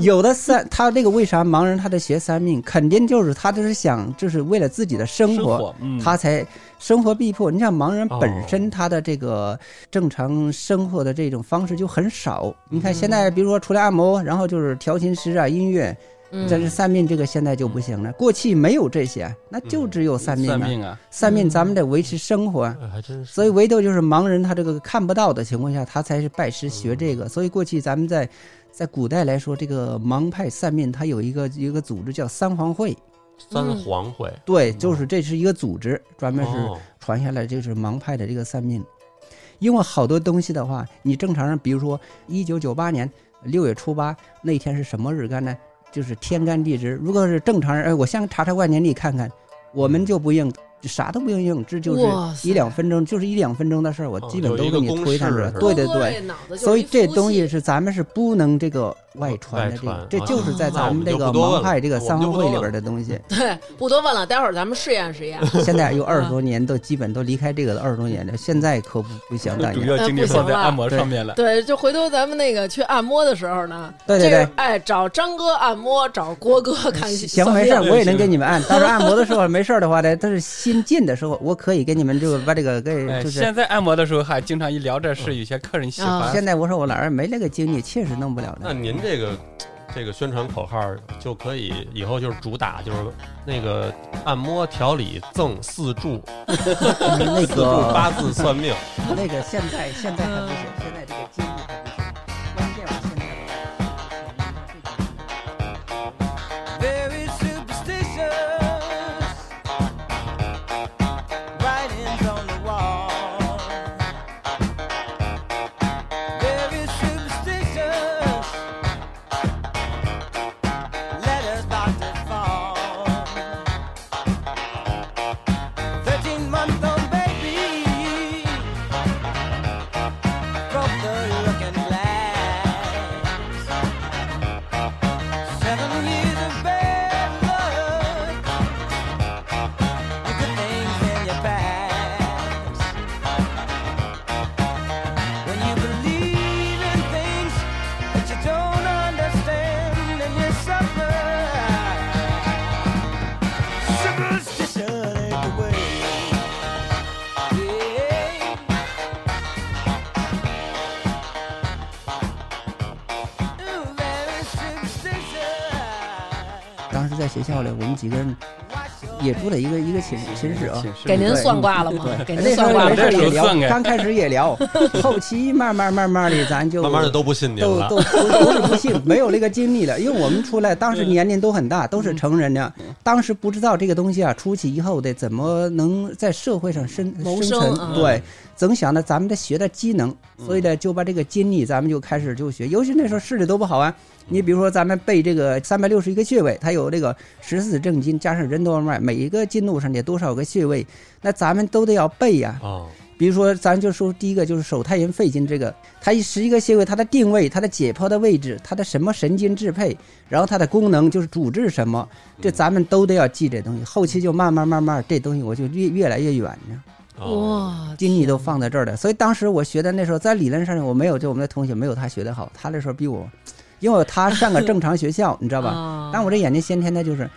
C: 有的三他这个为啥盲人他得学三命，肯定就是他就是想就是为了自己的生
A: 生
C: 活，
A: 活，嗯，
C: 他才生活逼迫。你像盲人
D: 哦
C: 本身他的这个正常生活的这种方式就很少。你看现在，比如说除了按摩，然后就是调琴师啊、音乐，
B: 嗯
C: 但是三命这个现在就不行了。过去没有这些，那就只有三命
A: 算
C: 了。
A: 命啊，
C: 三命咱们得维持生活啊。
D: 哎，还真是。
C: 所以唯独就是盲人，他这个看不到的情况下，他才是拜师学这个。所以过去咱们在在古代来说，这个盲派三命，它有一个一个组织叫三皇会，
D: 三
B: 嗯
D: 黄会，
C: 对，就是这是一个组织，专门是
D: 哦
C: 传下来就是盲派的这个算命。因为好多东西的话，你正常人，比如说一九九八年六月初八那天是什么日干呢？就是天干地支。如果是正常人，哎，我先查查万年历看看，我们就不用啥都不用用，这就是
B: 哇塞
C: 一两分钟，就是一两分钟的事儿，我
D: 哦
C: 基本
D: 有
C: 都
D: 一
C: 给
D: 个
C: 你
D: 公
C: 推上
D: 式
C: 去了。
D: 是吧
C: 对对
B: 郭哥
C: 对
B: 这。脑子就是
C: 所以
B: 一
C: 这
B: 夫
C: 东西
B: 妻
C: 是咱们是不能这个外传的，这
D: 哦外
C: 个
D: 传啊
C: 这就是在
B: 哦
C: 咱们这
D: 那我
C: 个
D: 们就不多问了
C: 盲派这个
D: 我们
C: 三
D: 就
C: 合
D: 不
C: 会
D: 多
C: 里
D: 问
C: 边的东西。
B: 对，不多问了，待会儿咱们试验试验。
C: 现在有二十多年，都基本都离开这个二十多年了，现在可不不行，大
A: 主
C: 家。
A: 要精力放在按摩上呃面了。
B: 对，就回头咱们那个去按摩的时候呢，
C: 对对
B: 这
C: 对
B: 是哎，找张哥按摩，找郭哥看戏
C: 行，
B: 算
C: 没
B: 命
C: 事儿，
A: 对
C: 我也能给你们按。到时候按摩的时候没事儿的话呢，但是新进的时候，我可以给你们这个把这个给
A: 哎，
C: 就是。嗯
A: 现在按摩的时候还经常一聊这事，有些客人喜
B: 啊
A: 欢
C: 现在我说我老人没那个精力，确实弄不了
D: 那
C: 的。
D: 您这个这个宣传口号就可以以后就是主打就是那个按摩调理赠四柱，
C: <laughs> 那
D: 四柱
C: 个
D: 八字算命。
C: 那个现在现在还不行，现在这个精力还不行，关键我现在我没法儿这个。
E: very superstitious. Writings on the wall. Very superstitious. Letters about to fall. Thirteen month old baby. Broke the looking glass. Seven years of bad luck. Good things in your past. When you believe in things that you don't understand, and you suffer. Superstition ain't the way. Yeah. Ooh, very superstitious.
C: 当时在学校里，我们几个人也住了一个一个寝寝室啊。
A: 寝室
B: 给您
C: 对
B: 算卦了吗？给您
C: 那时
B: 算
C: 候
B: 卦
C: 有
A: 那
B: 了
A: 时
B: 吗
A: 候
C: 事也
A: 也
C: 聊
A: 算哎，
C: 刚开始
A: <laughs>
C: 也聊，后期慢慢慢慢的， <laughs> 咱就
D: 慢慢的都不信您
C: 都
D: 了。
C: 都都都是不信，没有那个精力了。因为我们出来当时年龄都很大，都
B: 嗯
C: 是成人了，当时不知道这个东西啊，出去以后得怎么能在社会上生
B: 谋生
C: 存？
B: 啊嗯
C: 对，总想着咱们得学点技能，所以呢就把这个精力咱们就开始就学，尤其那时候视力都不好啊。
B: 嗯
C: 你比如说，咱们背这个三百六十一个穴位，它有这个十四正经，加上人多脉，每一个经络上得多少个穴位，那咱们都得要背啊呀、
D: 哦，
C: 比如说，咱就说第一个就是手太阴肺经这个，它十一个穴位，它的定位、它的解剖的位置、它的什么神经支配，然后它的功能就是主治什么，这咱们都得要记这东西。后期就慢慢慢慢，这东西我就越越来越远了，
D: 哦，
B: 哇，
C: 精力都放在这儿了。所以当时我学的那时候，在理论上我没有，就我们的同学没有他学的好，他那时候比我，因为他上个正常学校，你知道吧？
B: 吧
C: 但我这眼睛先天的就是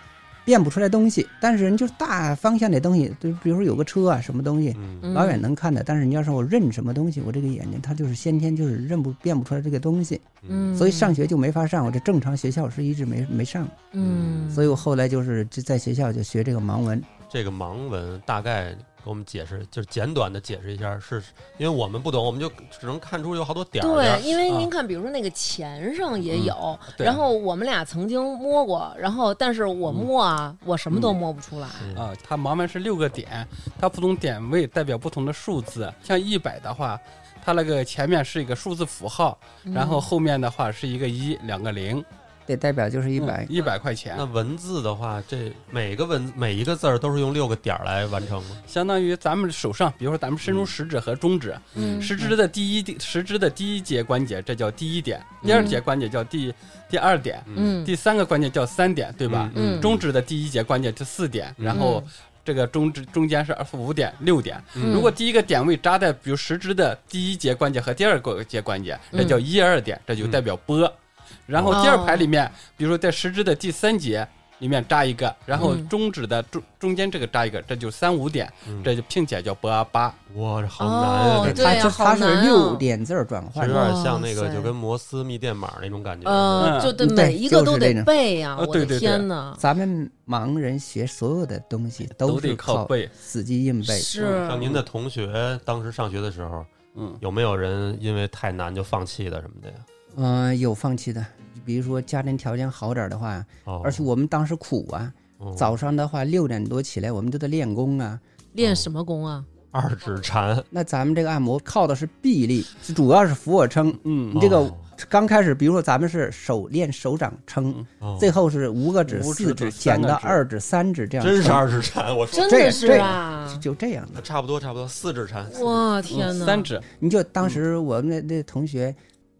C: 变不出来东西，但是人就大方向的东西，就比如说有个车啊，什么东西，
D: 嗯，
C: 老远能看的，但是你要是我认什么东西，我这个眼睛它就是先天就是认不辨不出来这个东西，
B: 嗯，
C: 所以上学就没法上。我这正常学校是一直没没上，
B: 嗯，
C: 所以我后来就是就在学校就学这个盲文。
D: 这个盲文大概给我们解释，就是简短的解释一下，是因为我们不懂，我们就只能看出有好多点儿
B: 对，
D: 的。
B: 因为
D: 啊
B: 您看，比如说那个钱上也有，
A: 对
B: 然后我们俩曾经摸过，然后但是我摸啊，我什么都摸不出来。
A: 啊，它盲文是六个点，它不同点位代表不同的数字。像一百的话，它那个前面是一个数字符号，然后后面的话是一个一，两个零，嗯
C: 这代表就是一
B: 嗯
C: 百、
A: 一百块钱
D: 那，文字的话，这每个文每一个字儿都是用六个点儿来完成吗？
A: 相当于咱们手上，比如说咱们
C: 嗯
A: 伸出食指和中指，
B: 嗯，
A: 食指的第一地食指的第一节关节，这叫第一点；第二节关节叫第第二点，
B: 嗯，
A: 第三个关节叫三点，对吧？
B: 嗯
A: 中指的第一节关节是四点，然后这个中指中间是二五点六点。
B: 嗯
A: 如果第一个点位扎在比如食指的第一节关节和第二个节关节，
B: 嗯
A: 这叫一二点，这就代表波。然
B: 哦
A: 后第二排里面，比如说在食指的第三节里面扎一个，然后
B: 嗯
A: 中指的中中间这个扎一个，这就三五点，
D: 嗯
A: 这就并且叫波八。
D: 哇，这好难呀、
B: 嗯哦
D: 这
B: 对呀
C: 它
B: 好
C: 它
B: 难
C: 是
B: 啊
C: 六点字儿转
D: 其实
C: 换
D: 有
C: 的。
D: 点像那
B: 哇
D: 个，
B: 塞
D: 就跟摩斯密电码那种感觉。
B: 呃，
A: 嗯
B: 就对
C: 对
B: 每一个都
C: 就是
B: 得
C: 这种
B: 背呀，
A: 呃
B: 我的
A: 对对对
B: 天哪！
C: 咱们盲人学所有的东西
A: 都得
C: 是
A: 靠背
C: 死记硬背。
B: 是
D: 像您的同学当时上学的时候，
A: 嗯，
D: 有没有人因为太难就放弃的什么的呀？
C: 嗯、有放弃的，比如说家庭条件好点儿的话，
D: 哦，
C: 而且我们当时苦啊，
D: 哦
C: 早上的话六点多起来，我们都得练功啊。
B: 练什么功啊？
D: 二指禅，
C: 那咱们这个按摩靠的是臂力，是主要是俯卧撑。
A: 嗯
C: 你，这个
D: 哦
C: 刚开始，比如说咱们是手练手掌撑，
D: 哦
C: 最后是五个指、
A: 五指
C: 四
A: 指
C: 指、
A: 三
C: 减
A: 个
C: 到
A: 指
C: 二指、三指这样撑，
D: 真是二指禅，我说
B: 真
C: 这
B: 的
C: 个
B: 是
C: 这个
B: 啊！
C: 就这样的。
D: 差不多差不多四指禅，
B: 哇天哪，
A: 嗯三指，
C: 你就当时我们那那同学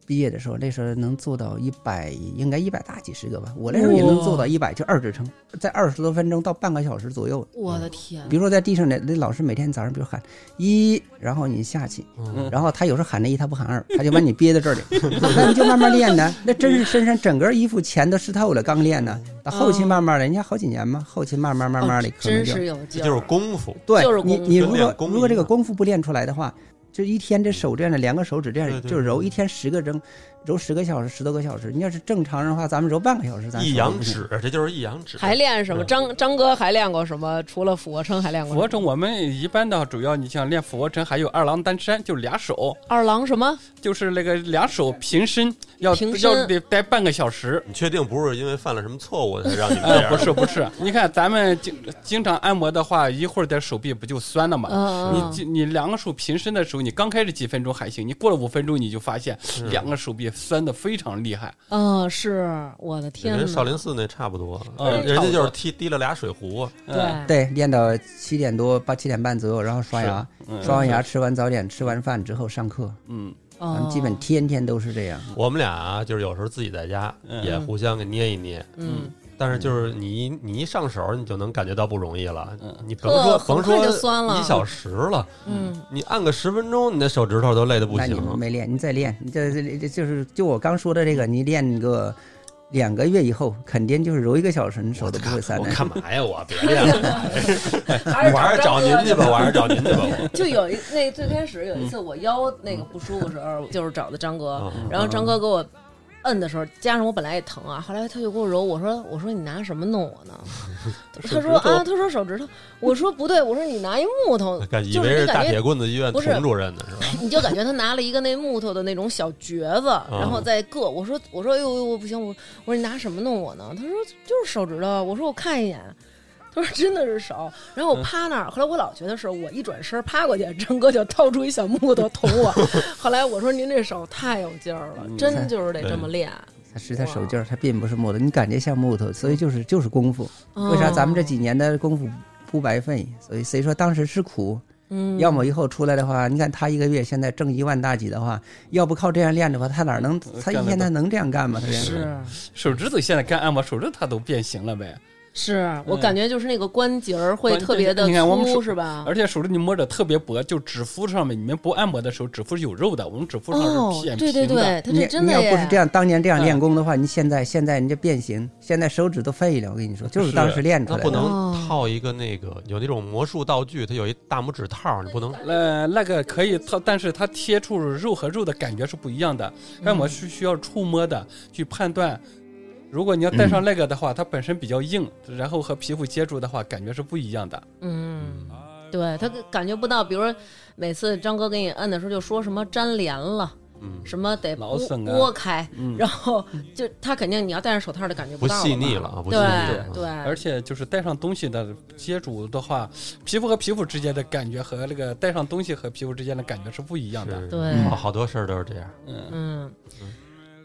C: 毕业的时候，那时候能做到一百，应该一百大几十个吧。我那时候也能做到一百，就二指撑，在二十多分钟到半个小时左右。
B: 我的天
C: 比，如说在地上，那那老师每天早上，比如喊一，然后你下去，
D: 嗯
C: 然后他有时候喊那一，他不喊二，他就把你憋在这里， <laughs> 那你就慢慢练呢。那真是身上整个衣服钱都湿透了，刚练
D: 嗯
C: 呢。到后期慢慢的，人家好几年嘛，后期慢慢慢慢的
B: 哦，
C: 可
B: 真
C: 能就是
B: 有劲
D: 这
B: 儿，
D: 就是功夫，
C: 对，
B: 就是功
C: 你
B: 夫
C: 你
D: 就
C: 如
D: 练
C: 果
D: 功
C: 如
D: 一
C: 果这个
D: 样
C: 功夫不练出来的话，就一天这手这样的，两个手指这
D: 对
C: 样
D: 对
C: 就揉，一天十个扔，揉十个小时，十多个小时。你要是正常人的话，咱们揉半个小时，咱
D: 一
C: 手
D: 阳
C: 不行
D: 指，这就是一阳指，
B: 还练什么？张张哥还练过什么？除了俯卧撑还练过
A: 俯
B: 什么
A: 卧撑我们一般的主要你像练俯卧撑，还有二郎单伸，就俩手，
B: 二郎什么？
A: 就是那个两手平伸，要
B: 平伸
A: 要得待半个小时。
D: 你确定不是因为犯了什么错误才让你这
A: 呃，
D: 样？
A: 不是不是，你看咱们经经常按摩的话，一会儿的手臂不就酸了吗？
B: 嗯，
A: 你你两个手平伸的时候，你刚开始几分钟还行，你过了五分钟你就发现两个手臂酸的非常厉害。
B: 嗯，是我的天
D: 跟少
B: 哪！
D: 林寺那差不多，
A: 嗯差
D: 人家
A: 不多
D: 就是踢滴了俩水壶，
A: 嗯，
B: 对，
C: 对，练到七点多八七点半左右，然后刷牙，
A: 嗯
C: 刷完牙吃完早点，吃完饭之后上课，
A: 嗯，
C: 咱
B: 嗯，
C: 们基本天天都是这样。
D: 我们俩啊，就是有时候自己在家
A: 嗯
D: 也互相给捏一捏，
B: 嗯，
D: 但是就是你一你一上手，你就能感觉到不容易了
A: 嗯。
D: 你甭说
B: 特
D: 甭
B: 很快就酸
D: 说
B: 了
D: 一小时了，
B: 嗯，
D: 你按个十分钟，你的手指头都累得不
C: 那你
D: 行。
C: 没练，你再练，你这这这就是就我刚说的这个，你练个两个月以后，肯定就是揉一个小时，你手都不会酸
D: 我
C: 的。
D: 干嘛呀？我别
B: <laughs>
D: 练了，我还是找您去吧，我还是找您去吧。
B: <laughs>
D: 我
B: 就有一那最开始有一次我腰那个不舒服的时候，就是找的张哥，
D: 嗯
B: 然后张哥给我摁的时候，加上我本来也疼啊，后来他就给我揉，我说我说你拿什么弄
D: <laughs>
B: 我呢？他说啊，他说手指头， <laughs> 我说不对，我说你拿一木头，
D: 感哎以
B: 就
D: 为
B: 是
D: 是
B: 你
D: 大
B: 感
D: 铁
B: 觉
D: 棍子医院
B: 不是
D: 佟主任呢，是吧？
B: 你就感觉他拿了一个那木头的那种小橛子，
A: 啊
B: 然后再硌。我说我说哎呦呦呦不行，我我说你拿什么弄我呢？他说就是手指头。我说我看一眼。他说真的是手，
A: 嗯
B: 然后我趴那儿。后来我老觉得是我一转身趴过去，张哥就掏出一小木头捅
A: <laughs>
B: 我。后来我说您这手太有劲儿了，
A: 嗯
B: 真就是得这么练。
C: 它实在手劲儿，它并不是木头，你感觉像木头，所以就是就是功夫。
B: 嗯
C: 为啥咱们这几年的功夫不白费？所以谁说当时是苦？
B: 嗯，
C: 要么以后出来的话，你看他一个月现在挣一万大几的话，要不靠这样练的话，他哪能
D: 呃
C: 他一天他能这样干吗？他这样
B: 是
A: 手指头现在干按摩，手指头它都变形了呗，
B: 是我感觉就是那个关节儿会
A: 关
B: 特别的
A: 你看我们
B: 粗，
A: 手
B: 是吧？
A: 而且手指你摸着特别薄，就指腹上面，你们不按摩的时候指腹是有肉的，我们指腹上
B: 哦
A: 是扁，
B: 对
A: 平的。
B: 对对，他
C: 你
B: 这真的
C: 你要
B: 耶
C: 不是这样，当年这样
A: 嗯
C: 练功的话，你现在现在你这变形，现在手指都废了。我跟你说，就是当时练出
D: 啊那
C: 来
D: 不
C: 的。
B: 哦
D: 能套一个那个有那种魔术道具，它有一大拇指套，你不能
A: 呃，那个可以，它但是它贴触肉和肉的感觉是不一样的，按摩是需要触摸的去判断。如果你要戴上那个的话，它本身比较硬，然后和皮肤接触的话，感觉是不一样的。
B: 嗯，对他感觉不到，比如说每次张哥给你摁的时候，就说什么粘连了，
D: 嗯
B: 什么得
A: 劳
B: 拨
A: 损啊
B: 拨开，
A: 嗯，
B: <laughs> 然后就他肯定你要戴上手套就感觉
D: 不
B: 到了嘛
D: 细腻了啊，不细腻了
B: 对
C: 嗯
D: 啊。
A: 而
B: 对，
A: 且就是戴上东西的接触的话，皮肤和皮肤之间的感觉和那个戴上东西和皮肤之间的感觉是不一样的。
D: 是
B: 对
D: 好好多事儿都是这样。
B: 嗯，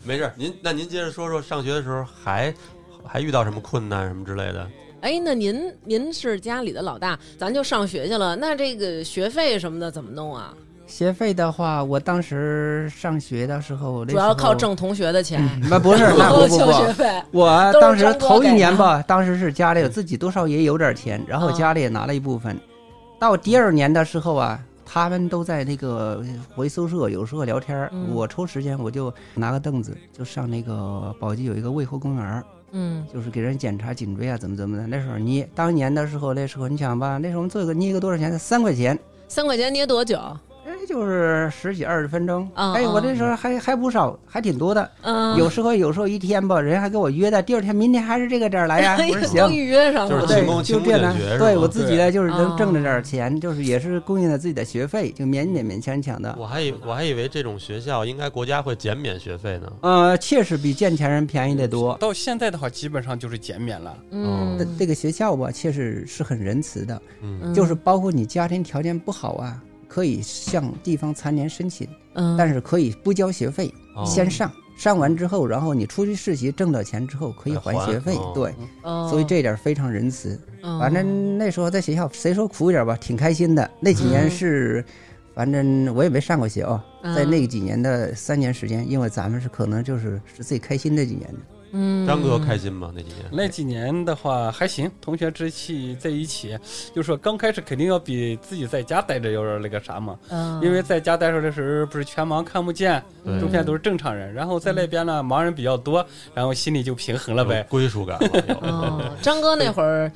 D: 没事儿，您那您接着说说上学的时候还还遇到什么困难什么之类的？
B: 哎，那您您是家里的老大，咱就上学去了，那这个学费什么的怎么弄啊？
C: 学费的话，我当时上学的时候，
B: 主要靠
C: 挣。
B: 挣同学的钱，
C: <laughs> 那不
B: <laughs>
C: 是，那不不
B: 交学
C: 不，
B: 费，
C: 我
B: 都是
C: 当时
B: 张哥
C: 头
B: 给
C: 一
B: 的
C: 年吧，当时是家里有自己多少也有点钱，然后
B: 啊
C: 家里也拿了一部分。到第二年的时候啊，他们都在那个回宿舍，有时候聊天儿，
B: 嗯
C: 我抽时间我就拿个凳子就上那个宝鸡有一个渭河公园儿，
B: 嗯
C: 就是给人检查颈椎啊，怎么怎么的。那时候捏，当年的时候那时候你想吧，那时候我们做一个捏一个多少钱？三块钱。
B: 三块钱捏多久？
C: 哎就是十几二十分钟。
B: 嗯
C: 哎，我
B: 嗯
C: 这时候还还不少，还挺多的。
B: 嗯，
C: 有时候有时候一天吧，人还给我约的，第二天明天还是这个点儿来
B: <laughs>
C: 呀。我说
B: 哎终
C: 行，
B: 于约上
D: 就
B: 了
D: 是，
C: 对
D: 勤，工
C: 就
D: 勤
C: 这
D: 工
C: 样
D: 俭学
C: 的。
D: 是
C: 对
D: 吧
C: 我自己呢，就是
B: 哦
C: 能挣着点儿钱，就是也是供应了自己的学费，就勉勉勉强强啊的。
D: 我还以我还以为这种学校应该国家会减免学费呢。
C: 呃，确实比见钱人便宜得多。
A: 到现在的话，基本上就是减免了。
B: 嗯
C: 这，这个学校吧，确实是很仁慈的，
D: 嗯，
B: 嗯
C: 就是包括你家庭条件不好啊，可以向地方残联申请，
B: 嗯，
C: 但是可以不交学费，
D: 哦
C: 先上，上完之后，然后你出去实习挣到钱之后可以还学费
D: 还还哦，
C: 对，
B: 哦
C: 所以这点非常仁慈。
B: 嗯
C: 反正那时候在学校，谁说苦一点吧，挺开心的。那几年是，反正我也没上过学啊，
B: 嗯
C: 在那几年的三年时间，因为咱们是可能就是是最开心的几年的。
B: 嗯，
D: 张哥开心吗？那几年
A: 那几年的话还行，同学之气在一起，就说刚开始肯定要比自己在家待着要那个啥嘛，
B: 嗯， <laughs>
A: 因为在家待着的时候不是全盲看不见，
D: 对
A: 嗯中间都是正常人，然后在那边呢盲人比较多，然后心里就平衡了
D: 有
A: 呗。
D: 归属感
B: <laughs>
D: 了
B: 哦，张哥那会儿，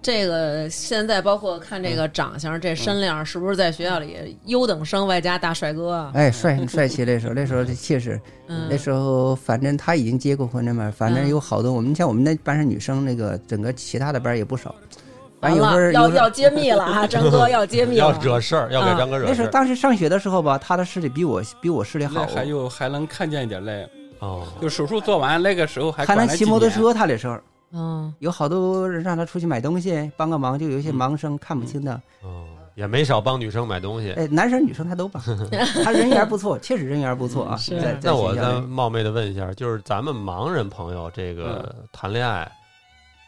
B: 这个现在包括看这个长相、这身量，是不是在学校里优等生外加大帅哥啊？
C: 哎，帅帅气那时候，那时候确实，
B: 嗯
C: 那时候反正他已经结过婚了嘛，反正有好多我们像我们那班上女生，那个整个其他的班也不少，反
B: 完
C: 正有时候
B: 了，要
C: 有时候
B: 要揭秘了
C: <laughs>
B: 啊！张哥要揭
D: 有，
B: 秘
D: 要
B: 了，
D: 惹事儿，要给张哥惹
C: 那
D: 事
C: 时候
D: 儿。
C: 当时上学的时候吧，他的视力比我比我视力好
A: 那，还有还能看见一点嘞，
D: 哦，
A: 就手术做完那个时候还哎
C: 还能
A: 管了几
C: 骑摩托
A: 年
C: 车。他那时候
B: 嗯，
C: 有好多人让他出去买东西帮个忙，就有一些盲生看不清的，
D: 哦，也没少帮女生买东西。
C: 哎，男生女生他
B: <laughs>
C: 都帮，他人缘不错，确实人缘不错啊。
B: 是
C: 在在
D: 那我
C: 学校
D: 再
C: 里
D: 冒昧的问一下，就是咱们盲人朋友这个谈恋爱，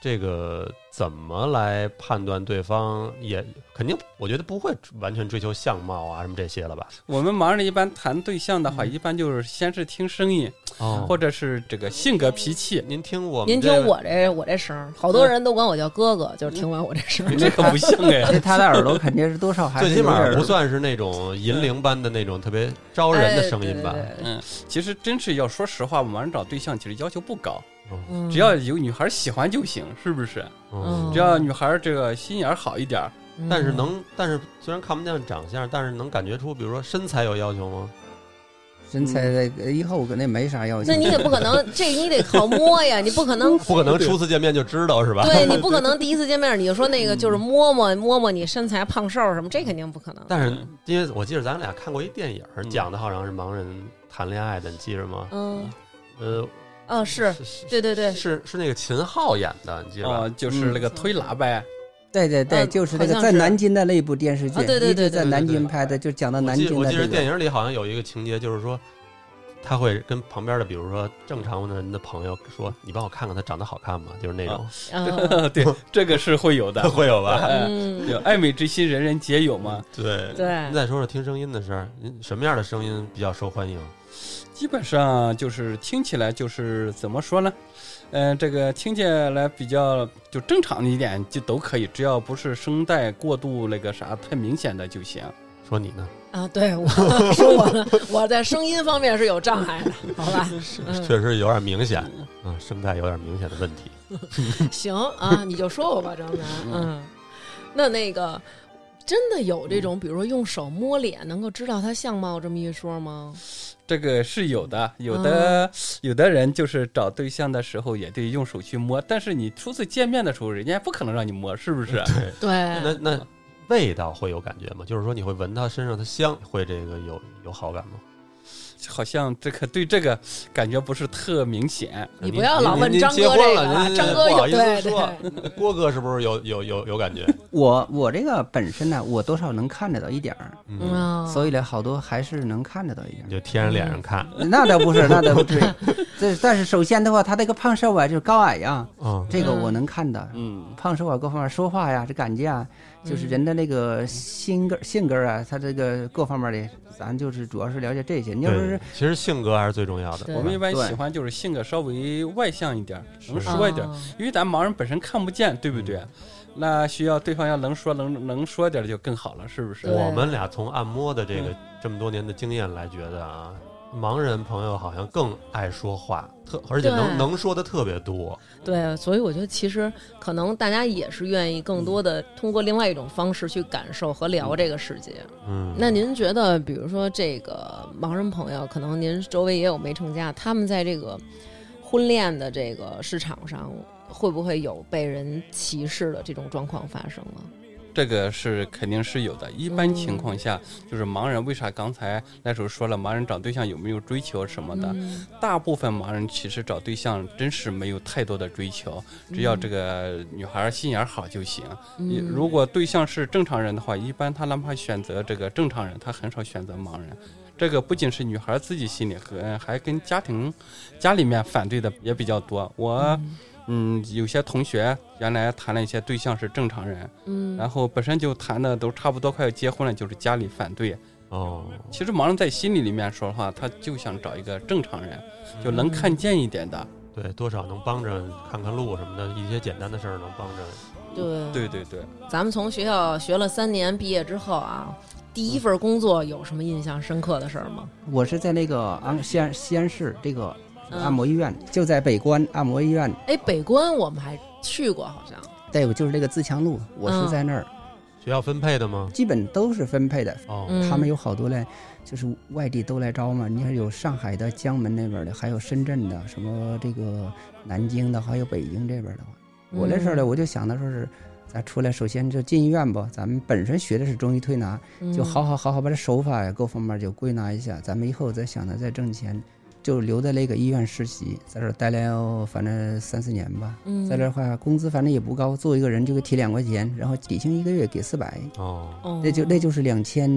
D: 这个怎么来判断对方也？肯定，我觉得不会完全追求相貌啊什么这些了吧？
A: 我们盲人一般谈对象的话，一般就是先是听声音，
D: 哦
A: 或者是这个性格脾气。
D: 您听我们
B: 您听
D: 这个
B: 我这我这声儿，好多人都管我叫哥哥，就是听完我这声儿
A: 你，这可不像哎，
C: 嗯 <laughs> 这他的耳朵肯定是多少还
D: 最
C: 是
D: 起
C: 有点
D: 码
C: 儿
D: 不算是那种银铃般的那种特别招人的声音吧
B: 哎？对对对
A: 其实真是要说实话，我们盲人找对象其实要求不高，
D: 嗯
B: 嗯
A: 只要有女孩喜欢就行，是不是？
B: 嗯
A: 只要女孩这个心眼儿好一点儿，
B: 嗯
D: 但是能，但是虽然看不见长相，但是能感觉出，比如说身材有要求吗？
C: 身材的，
D: 嗯
C: 以后我跟那没啥要
B: <laughs>
C: 求。
B: 那你也不可能， <laughs> 这你得靠摸呀，你不可 <laughs> 能
D: 不可能初次见面就知道 <laughs> 是吧？
B: 对你不可能第一次见面你就说那个就是摸摸摸摸你身材胖瘦什么，这肯定不可能。
D: 但是因为我记得咱俩看过一电影儿，
A: 嗯
D: 讲的好像是盲人谈恋爱的，你记着吗？
B: 嗯，
D: 呃，
B: 哦，是
D: 是
B: 对对对，
D: 是是那个秦昊演的，你记着吧？
C: 哦
A: 啊，就是那个推拿呗。
C: 对对对，
B: 呃
C: 就是那个
B: 好像
C: 在
B: 是
C: 南京的那一部电视剧，
B: 啊对对
C: 一
B: 对对
C: 直在
D: 对
C: 南
D: 对
C: 京拍的，就讲到
D: 我
C: 南
D: 记
C: 京
D: 我
C: 的
D: 记得
C: 这
D: 电
C: 个。
D: 影里好像有一个情节，就是说他会跟旁边的，比如说正常的人的朋友说：“你帮我看看他长得好看吗？”就是那
C: 哦
D: 种，
B: 嗯
A: 对，这个是会有的。
D: <laughs> 会有吧？
A: <laughs>
B: <laughs>
A: 哎，
B: 嗯，
A: <laughs> 有爱美之心，人人皆有嘛。
D: 对。
B: 对
D: 您，再说说听声音的事儿，您什么样的声音比较受欢迎？
A: 基本上就是听起来就是怎么说呢？嗯、这个听起来比较就正常一点就都可以，只要不是声带过度那个啥太明显的就行。
D: 说你呢？
B: 啊，对我说我了，我在声音方面是有障碍的，好吧？嗯，
D: 确实有点明显，嗯，声带有点明显的问题。
B: 行啊，你就说我吧，张楠。嗯，那那个真的有这种，比如说用手摸脸能够知道他相貌这么一说吗？
A: 这个是有的，有的、有的人就是找对象的时候也得用手去摸，但是你初次见面的时候，人家不可能让你摸，是不是？
D: 那
B: 对，
D: 那味道会有感觉吗？就是说你会闻它身上的香，会这个有有好感吗？
A: 好像这个对这个感觉不是特明显。
B: 你
D: 您
B: 不要老
D: 您
B: 问
D: 您
B: 张
D: 结
B: 哥
D: 婚
B: 这个
D: 了
B: 啊，
D: 您
B: 张哥
D: 不
B: 有
D: 好意
B: 对
D: 思
B: 对。
D: 说，郭哥是不是有有有有感觉？
C: 我我这个本身呢，我多少能看得到一点儿，
B: 嗯，啊
C: 所以呢，好多还是能看得到一点
D: 你
C: 儿。
D: 就贴人脸上看，
C: 那倒不是，那倒不至于。
D: <laughs>
C: 这但是首先的话，他这个胖瘦啊，就是高矮呀、
D: 嗯，
C: 这个
B: 嗯
C: 我能看到。
A: 嗯，
C: 胖瘦啊，各方面说话呀，这感觉啊，
B: 嗯
C: 就是人的那个心根儿性根儿啊，他这个各方面的，咱就是主要是了解这些。你要说
D: 对
C: 是，
D: 其实性格还是最重要的。
B: 对
A: 我们一般
C: 对
A: 喜欢就是性格稍微外向一点儿，能
D: 是
A: 说一点儿。
B: 啊
A: 因为咱盲人本身看不见，对不对？那需要对方要能说能能说点儿就更好了，是不是？
B: 对嗯
D: 我们俩从按摩的这个这么多年的经验来觉得啊，盲人朋友好像更爱说话，特而且
B: 对
D: 能能说的特别多。
B: 对，所以我觉得其实可能大家也是愿意更
A: 嗯
B: 多的通过另外一种方式去感受和聊这个世界。
D: 嗯，
B: 那您觉得，比如说这个盲人朋友，可能您周围也有没成家，他们在这个婚恋的这个市场上，会不会有被人歧视的这种状况发生啊？
A: 这个是肯定是有的。一般情况下，
B: 嗯
A: 就是盲人为啥刚才那时候说了，盲人找对象有没有追求什么的？
B: 嗯
A: 大部分盲人其实找对象真是没有太多的追求， <laughs> 只要这个女孩儿心眼儿好就行。你
B: 嗯
A: 如果对象是正常人的话，一般他哪怕选择这个正常人，他很少选择盲人。这个不仅是女孩自己心里，和呃还跟家庭、家里面反对的也比较多。我，嗯，有些同学原来谈了一些对象是正常人，
B: 嗯，
A: 然后本身就谈的都差不多快要结婚了，就是家里反对。
D: 哦，
A: 其实盲人在心里里面说的话，他就想找一个正常人，就能看见一点的。
D: 对，多少能帮着看看路什么的，一些简单的事儿能帮着。
B: 对
A: 对对对，
B: 咱们从学校学了三年，毕业之后啊，
A: 嗯
B: 第一份工作有什么印象深刻的事儿吗？
C: 我是在那个安西安西安市这个
B: 嗯
C: 按摩医院，就在北关按摩医院，
B: 哎，北关我们还去过，好像。
C: 再有就是这个自强路，我
B: 嗯
C: 是在那儿，
D: 学校分配的吗？
C: 基本都是分配的。
D: 哦，
B: 嗯
C: 他们有好多嘞，就是外地都来招嘛。你看有上海的、江门那边的，还有深圳的，什么这个南京的，还有北京这边的话。
B: 嗯
C: 我那时候呢，我就想的说是，咱出来首先就进医院吧。咱们本身学的是中医推拿，
B: 嗯
C: 就好好好好把这手法呀各方面就归纳一下。咱们以后再想着再挣钱，就留在那个医院实习，在这儿待了反正三四年吧。
B: 嗯
C: 在这儿的话，工资反正也不高，做一个人就给提两块钱，然后底薪一个月给四百，
D: 哦，
B: 哦
C: 那就那就是两千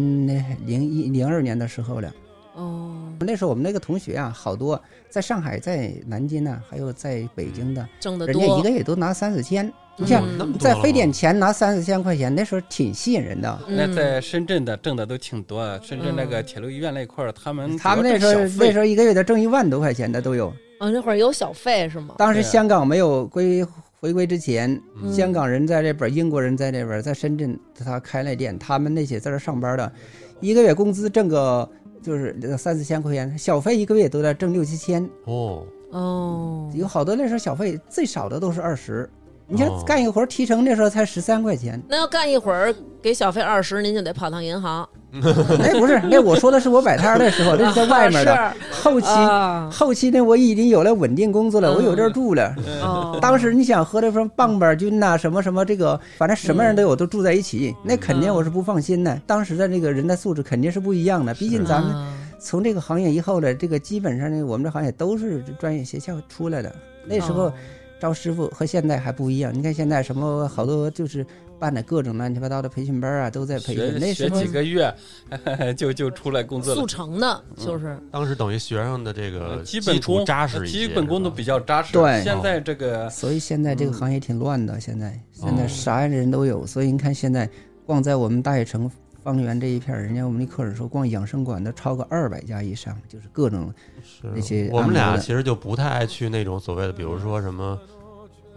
C: 零一零二年的时候了。
B: 哦，
C: 那时候我们那个同学啊，好多在上海、在南京呢、还有在北京的，
B: 挣得
C: 人
B: 多，
C: 家一个月都拿三四千，你像
B: 嗯
D: 那么多
C: 在
D: 了
C: 非
D: 吗
C: 典前拿三四千块钱，那时候挺吸引人的。啊
A: 那
B: 嗯
A: 在深圳的挣的都挺多的，深圳那个铁路医院那块儿，他们
C: 他们那时
A: 嗯主
C: 候
A: 要挣小
C: 那
A: 费
C: 时候一个月得挣一万多块钱的都有。
B: 哦，那会儿有小费是吗？
C: 当时
A: 对啊
C: 香港没有归回归之前，
D: 嗯
C: 香港人在这边，英国人在这边，在深圳他开了店，他们那些在这上班的，一个月工资挣个就是三四千块钱，小费一个月都在挣六七千。
D: 哦，
B: 哦，
C: 有好多那时候小费最少的都是二十，你像
D: 哦
C: 干一个活儿提成那时候才十三块钱，
B: 那要干一会儿给小费二十，您就得跑趟银行。
C: 那哎不是那我说的是我摆摊儿的时候，那是在外面的。
B: 啊
C: 后期
B: 是啊，
C: 后期呢，我已经有了稳定工作了，
B: 嗯
C: 我有地儿住了。
B: 哦
C: <laughs> 当时你想和那什么棒棒军呐、什么什么这个，反正什么人都有，都住在一起，那肯定我是不放心的。当时的这个人的素质肯定是不一样的，毕竟咱们
B: 啊
C: 从这个行业以后呢，这个基本上呢，我们这行业都是专业学校出来的。那时候
B: 哦
C: 招师傅和现在还不一样。你看现在什么好多就是办的各种乱七八糟的培训班啊，都在培训。那
A: 学
C: 时
A: 学
C: 候
A: 几个月 <laughs> 就就出来工作了
B: 速。成的，就是
D: 当时等于学生的这个
A: 呃基本
D: 呃基础
A: 功呃
D: 扎实一些，
A: 基本功都比较扎实。
C: 对
A: 现在这个
C: 所以现在这个行业挺乱
D: 嗯
C: 的，现在现
D: 哦
C: 在啥样的人都有。所以你看现在光在我们大悦城方圆这一片儿，人家我们的客人说，光养生馆都超过二百家以上，就是各种
D: 是
C: 那些
D: 我
C: 按
D: 们
C: 摩
D: 俩
C: 的
D: 其实就不太爱去那种所谓的，比如说什么，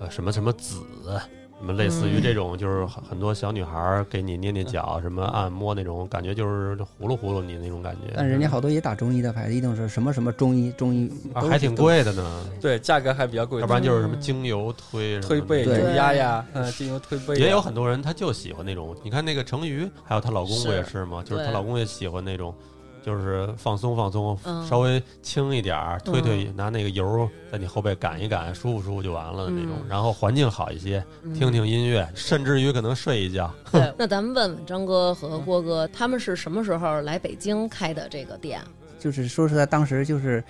D: 呃，什么什么子，什么类似于
C: 嗯
D: 这种，就是很很多小女孩儿给你捏捏脚，什么按摩那种，感觉就是糊噜糊噜你那种感觉。
C: 但人家好多也打中医的牌子，一定是什么什么中医中医，
D: 啊，
C: 都
D: 还
C: 是
D: 挺
C: 都。嗯
D: 贵的呢，
A: 对价格还比较贵，
D: 要不然就是什么精油推什么
A: 推背、
C: 对
A: 油压呀，嗯，精油推背呀
B: 啊
D: 也有很多人他就喜欢那种，你看那个成瑜，还有她老公不也是吗？就是她
B: 对
D: 老公也喜欢那种，就是放松放松，
B: 嗯
D: 稍微轻一点儿，推推，
B: 嗯
D: 拿那个油在你后背赶一赶，舒服舒服就完了的那种。
B: 嗯
D: 然后环境好一些，听。听音乐，甚至于可能睡一觉。
B: 嗯对，那咱们问问张哥和郭哥，他们是什么时候来北京开的这个店？
C: 就是说实在，当时就是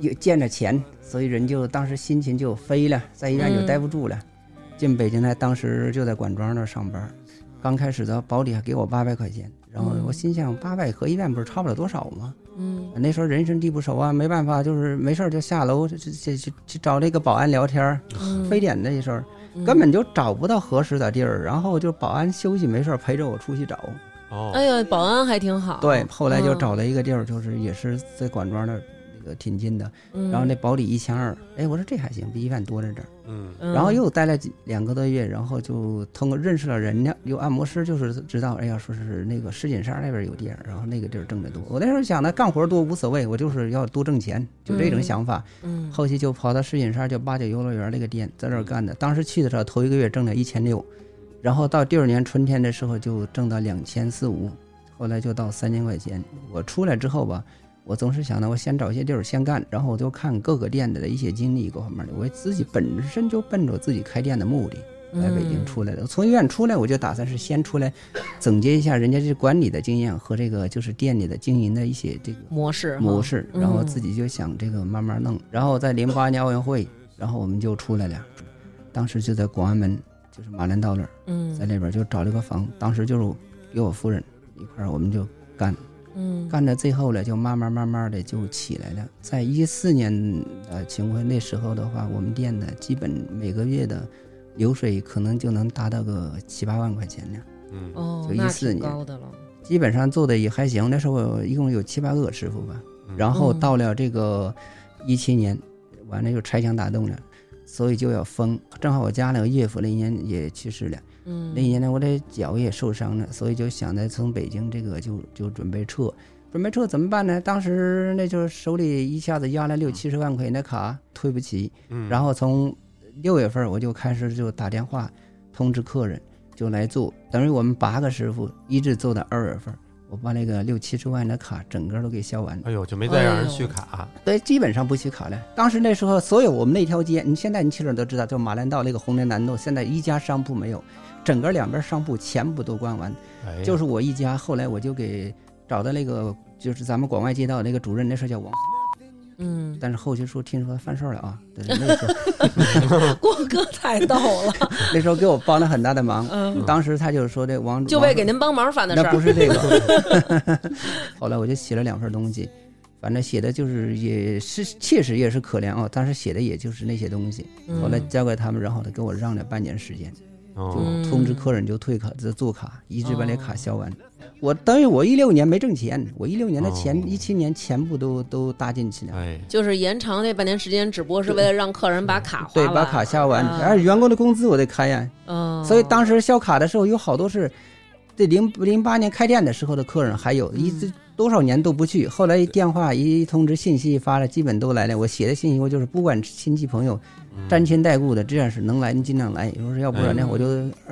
C: 有见着钱，所以人就当时心情就飞了，在医院就
B: 嗯
C: 待不住了，进北京来，当时就在管庄那儿上班。刚开始的保底还给我八百块钱，然后
B: 嗯
C: 我心想八百和一万不是差不了多少吗？
B: 嗯
C: 那时候人生地不熟啊，没办法，就是没事儿就下楼去去去去找那个保安聊天儿。
B: 嗯
C: 非典那时候根本就找不到合适的地儿，然后就保安休息没事儿陪着我出去找。
D: 哦，
B: 哎呀，保安还挺好。
C: 对，后来就
B: 嗯
C: 找了一个地儿，就是也是在管庄那儿那个天津的，
B: 嗯
C: 然后那保底一千二，哎，我说这还行，比一万多在这儿。
D: 嗯
B: 嗯
C: 然后又待了几两个多月，然后就通过认识了人家，有按摩师，就是知道，哎呀，说是那个石景山那边有地儿，然后那个地儿挣得多。我那时候想呢，干活多无所谓，我就是要多挣钱，就这种
B: 嗯
C: 想法。
B: 嗯
C: 后期就跑到石景山叫八九游乐园那个店，在这儿干的。当时去的时候，头一个月挣了一千六，然后到第二年春天的时候就挣到两千四五，后来就到三千块钱。我出来之后吧，我总是想呢，我先找一些地儿先干，然后我就看各个店的一些经历各方面的。我自己本身就奔着我自己开店的目的
B: 嗯
C: 来北京出来的。从医院出来，我就打算是先出来总结一下人家这管理的经验和这个就是店里的经营的一些这个
B: 模式哈
C: 模式，然后
B: 嗯
C: 自己就想这个慢慢弄。然后在零八年奥运会，然后我们就出来了，当时就在广安门，就是马兰道那儿，在
B: 嗯
C: 那边就找了个房，当时就是给我夫人一块儿，我们就干
B: 嗯
C: 干到最后了，就慢慢慢慢的就起来了。在一四年的情况，那时候的话，我们店的基本每个月的流水可能就能达到个七八万块钱了。
D: 嗯
B: 哦，
C: 就
B: 那
C: 14
B: 挺
C: 年
B: 高的了，
C: 基本上做的也还行。那时候一共有七八个师傅吧，然后到了这个一七年，完了就拆墙打洞了，所以就要封。正好我家里我岳父那一年也去世了，
B: 嗯
C: 那一年呢我这脚也受伤了，所以就想着从北京这个就就准备撤。准备撤怎么办呢？当时那就是手里一下子压了六七十万块钱的卡，退不起。
D: 嗯
C: 然后从六月份我就开始就打电话通知客人就来做，等于我们八个师傅一直做到二月份，我把那个六七十万的卡整个都给销完了。
D: 哎呦就没再让人续卡，
C: 对，基本上不许卡了。当时那时候，所有我们那条街，你现在你去了都知道，就马兰道那个红莲南路，现在一家商铺没有，整个两边商铺全部都关完，
D: 哎，
C: 就是我一家。后来我就给找到那个，就是咱们广外街道那个主任，那时候叫王，
B: 嗯，
C: 但是后期说听说他犯事儿了啊，对那时候 <laughs>
B: 郭哥太逗了，
C: 那时候给我帮了很大的忙。
B: 嗯，
C: 当时他就说这王
B: 就为给您帮忙犯的事
C: 那不
B: 儿，
C: 是这个。
B: <laughs>
C: <laughs> 后来我就写了两份东西，反正写的就是也是确实也是可怜啊、当时写的也就是那些东西。
B: 嗯
C: 后来交给他们，然后他给我让了半年时间，
D: 嗯
B: 嗯
C: 通知客人就退卡、就做卡，一直把那卡
B: 哦
C: 销完。我等于我一六年没挣钱，我一六年的钱
D: 哦、
C: 一七年全部都都搭进去了。
D: 哎
B: 嗯就是延长那半年时间，只不过是为了让客人把卡花
C: 对，
B: 完
C: 把卡销完，
B: 啊
C: 而员工的工资我得开呀、
B: 嗯，
C: 所以当时销卡的时候，有好多是这零零八年开店的时候的客人，还有一
B: 嗯
C: 直多少年都不去。后来一电话一通知，信息一发了，基本都来了。我写的信息，我就是不管亲戚朋友，沾亲带故的，这样是能来您尽量来。我说要不然呢，
B: 嗯
C: 我就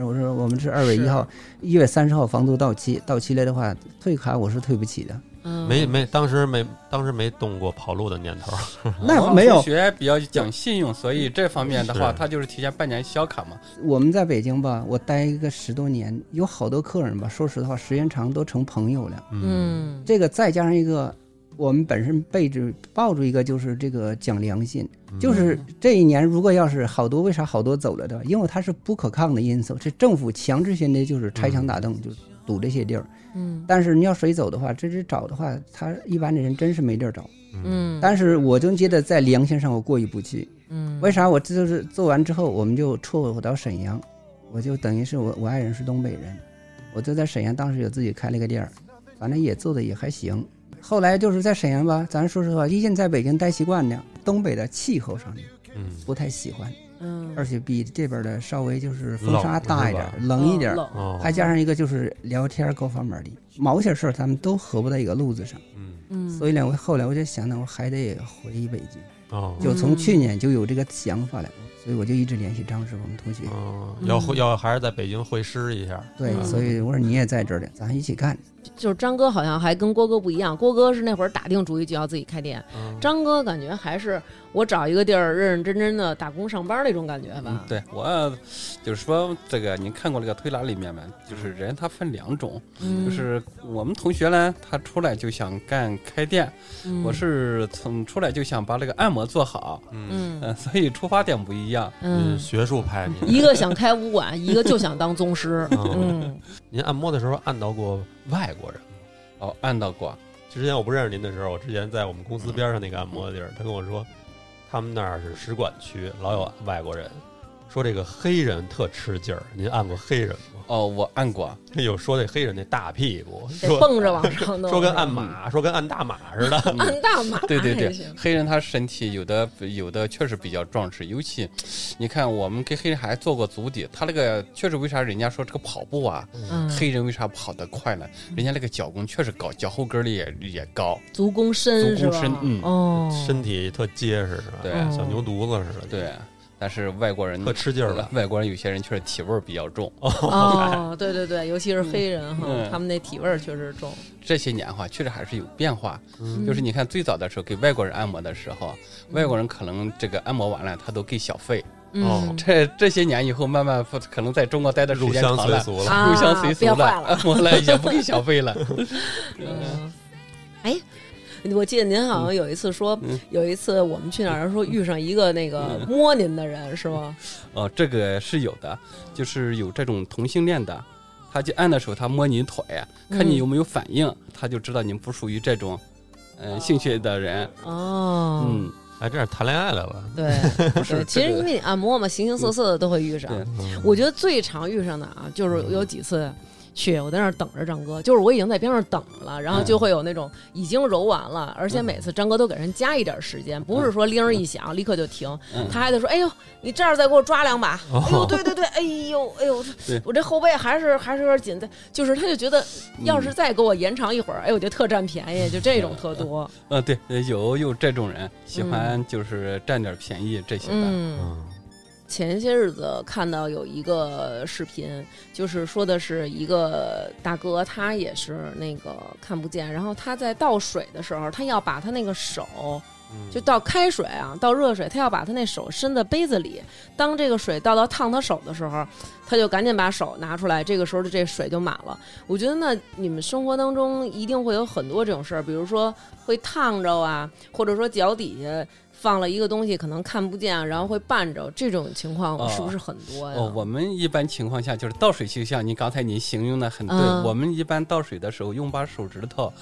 C: 我说我们是二月
B: 是
C: 一号、一月三十号房租到期，到期了的话退卡我是退不起的。
B: 嗯
D: 没没当时没当时没动过跑路的念头，
C: 那
A: 王
C: 没有
A: 同，学比较讲信用，所以这方面的话，
D: 是
A: 他就是提前半年销卡嘛。
C: 我们在北京吧，我待一个十多年，有好多客人吧，说实话时间长都成朋友了。
B: 嗯
C: 这个再加上一个，我们本身背着抱着一个就是这个讲良心，
B: 嗯
C: 就是这一年如果要是好多，为啥好多走了的？因为它是不可抗的因素，这政府强制性的就是拆墙打洞，就是堵这些地儿。
B: 嗯
C: 但是你要谁走的话，这这找的话，他一般的人真是没地儿找。
B: 嗯，
C: 但是我就觉得在良心上我过意不去，
B: 嗯
C: 为啥？我这就是做完之后，我们就撤回到沈阳，我就等于是我我爱人是东北人，我就在沈阳当时有自己开了个店儿，反正也做的也还行。后来就是在沈阳吧，咱说实话，一进在北京待习惯了，东北的气候上面
D: 嗯
C: 不太喜欢，
B: 嗯
C: 而且比这边的稍微就是风沙
D: 冷
C: 大一点儿，冷一点儿，
B: 冷
D: 哦
C: 还加上一个就是聊天儿各方面的，某些事儿咱们都合不到一个路子上，
D: 嗯
B: 嗯，
C: 所以呢，我后来我就想呢，我还得回北京。
D: 哦
C: 就从去
B: 嗯
C: 年就有这个想法了，所以我就一直联系张师傅我们同学。
D: 哦
B: 嗯
D: 要会要还是在北京会师一下，
C: 对，
B: 嗯
C: 所以我说你也在这儿了，咱一起干。
B: 就是张哥好像还跟郭哥不一样，郭哥是那会儿打定主意就要自己开店，
D: 嗯
B: 张哥感觉还是我找一个地儿认认真真的打工上班那种感觉
C: 嗯
B: 吧。
A: 对我就是说，这个您看过那个推拿里面没？就是人他分两种，
B: 嗯，
A: 就是我们同学呢，他出来就想干开店，
B: 嗯
A: 我是从出来就想把这个按摩做好，
D: 嗯
A: 嗯、
B: 嗯
A: 所以出发点不一样。
D: 嗯
B: 嗯，
D: 学术派您
B: 一个想开武馆，一个就想当宗师。
D: 嗯
B: 嗯，
D: 您按摩的时候按到过外国人吗？
A: 哦，按到过，
D: 之前我不认识您的时候，我之前在我们公司边上那个按摩的地儿，他跟我说，他们那儿是使馆区，老有外国人，说这个黑人特吃劲儿。您按过黑人吗？
A: 哦，我按
B: <laughs>
A: 过，
D: 有说那黑人那大屁股，
B: 得
D: 说
B: 蹦着往上弄，
D: 说跟
B: <laughs>
D: 按马，说跟按大马似的。
B: 按大马，
A: 对对
B: 还
A: 对
B: 行，
A: 黑人他身体有的有的确实比较壮实，尤其你看我们跟黑人还做过足底，他那个确实为啥人家说这个跑步啊，
B: 嗯，
A: 黑人为啥跑得快呢？人家那个脚弓确实高，脚后跟儿里也也高，
B: 足弓深
A: 足弓
B: 是吧？
A: 深嗯
B: 哦，
D: 身体特结实是吧？
A: 对
D: 小牛犊子似的，，
A: 对。但是外国人
D: 特吃劲儿了。
A: 外国人有些人确实体味儿比较重。
B: 哦，对对对，尤其是黑人哈，
A: 嗯
B: 他们那体味儿确实重。
A: 这些年哈，确实还是有变化。
D: 嗯
A: 就是你看最早的时候给外国人按摩的时候，外国人可能这个按摩完了他都给小费。
D: 哦
A: <laughs>
B: 嗯，
A: 这这些年以后，慢慢可能在中国待的时
D: 入
A: 间
D: 乡
A: 长
D: 随
A: 了，
D: 俗了，
B: 啊
A: 入乡随俗
B: 变坏了
A: <laughs> 按摩了也不给小费了。
B: 嗯，哎，我记得您好像有一次说，有一次我们去哪儿说遇上一个那个摸您的人是吗？
A: 哦，这个是有的，就是有这种同性恋的，他就按的时候，他摸你腿，啊看
B: 嗯
A: 你有没有反应，他就知道您不属于这种，呃，兴趣的人。
B: 哦，
A: 嗯，
D: 还哎这样谈恋爱来了。
A: <laughs>
B: 对，
A: 不是
B: 对，其实因为你按摩嘛，形形色色的都会遇上。
A: 对嗯
D: 嗯
B: 我觉得最常遇上的啊，就是有几次去，我在那儿等着张哥，就是我已经在边上等着了，然后
A: 嗯
B: 就会有那种已经揉完了，而且每次张哥都给人加一点时间，不是说铃儿一响立刻就停，
A: 嗯
B: 他还得说：“哎呦，你这儿再给我抓两把。”哎呦，
D: 哦
B: 对对对，哎呦哎呦
A: 对，
B: 我这后背还是还是有点紧的，就是他就觉得
A: 嗯
B: 要是再给我延长一会儿，哎，我就特占便宜，就这种特多。
A: 呃，对，有有这种人喜欢就是占点便宜这些的。
B: 嗯。
D: 嗯
B: 前些日子看到有一个视频，就是说的是一个大哥，他也是那个看不见，然后他在倒水的时候，他要把他那个手，就倒开水啊，倒热水，他要把他那手伸在杯子里。当这个水倒到烫他手的时候，他就赶紧把手拿出来，这个时候这水就满了。我觉得呢，你们生活当中一定会有很多这种事儿，比如说会烫着啊，或者说脚底下放了一个东西，可能看不见，啊然后会绊着，这种情况
A: 哦
B: 是不是很多呀？
A: 哦，我们一般情况下就是倒水，就像您刚才您形容的很对。
B: 嗯
A: 我们一般倒水的时候，用把手指头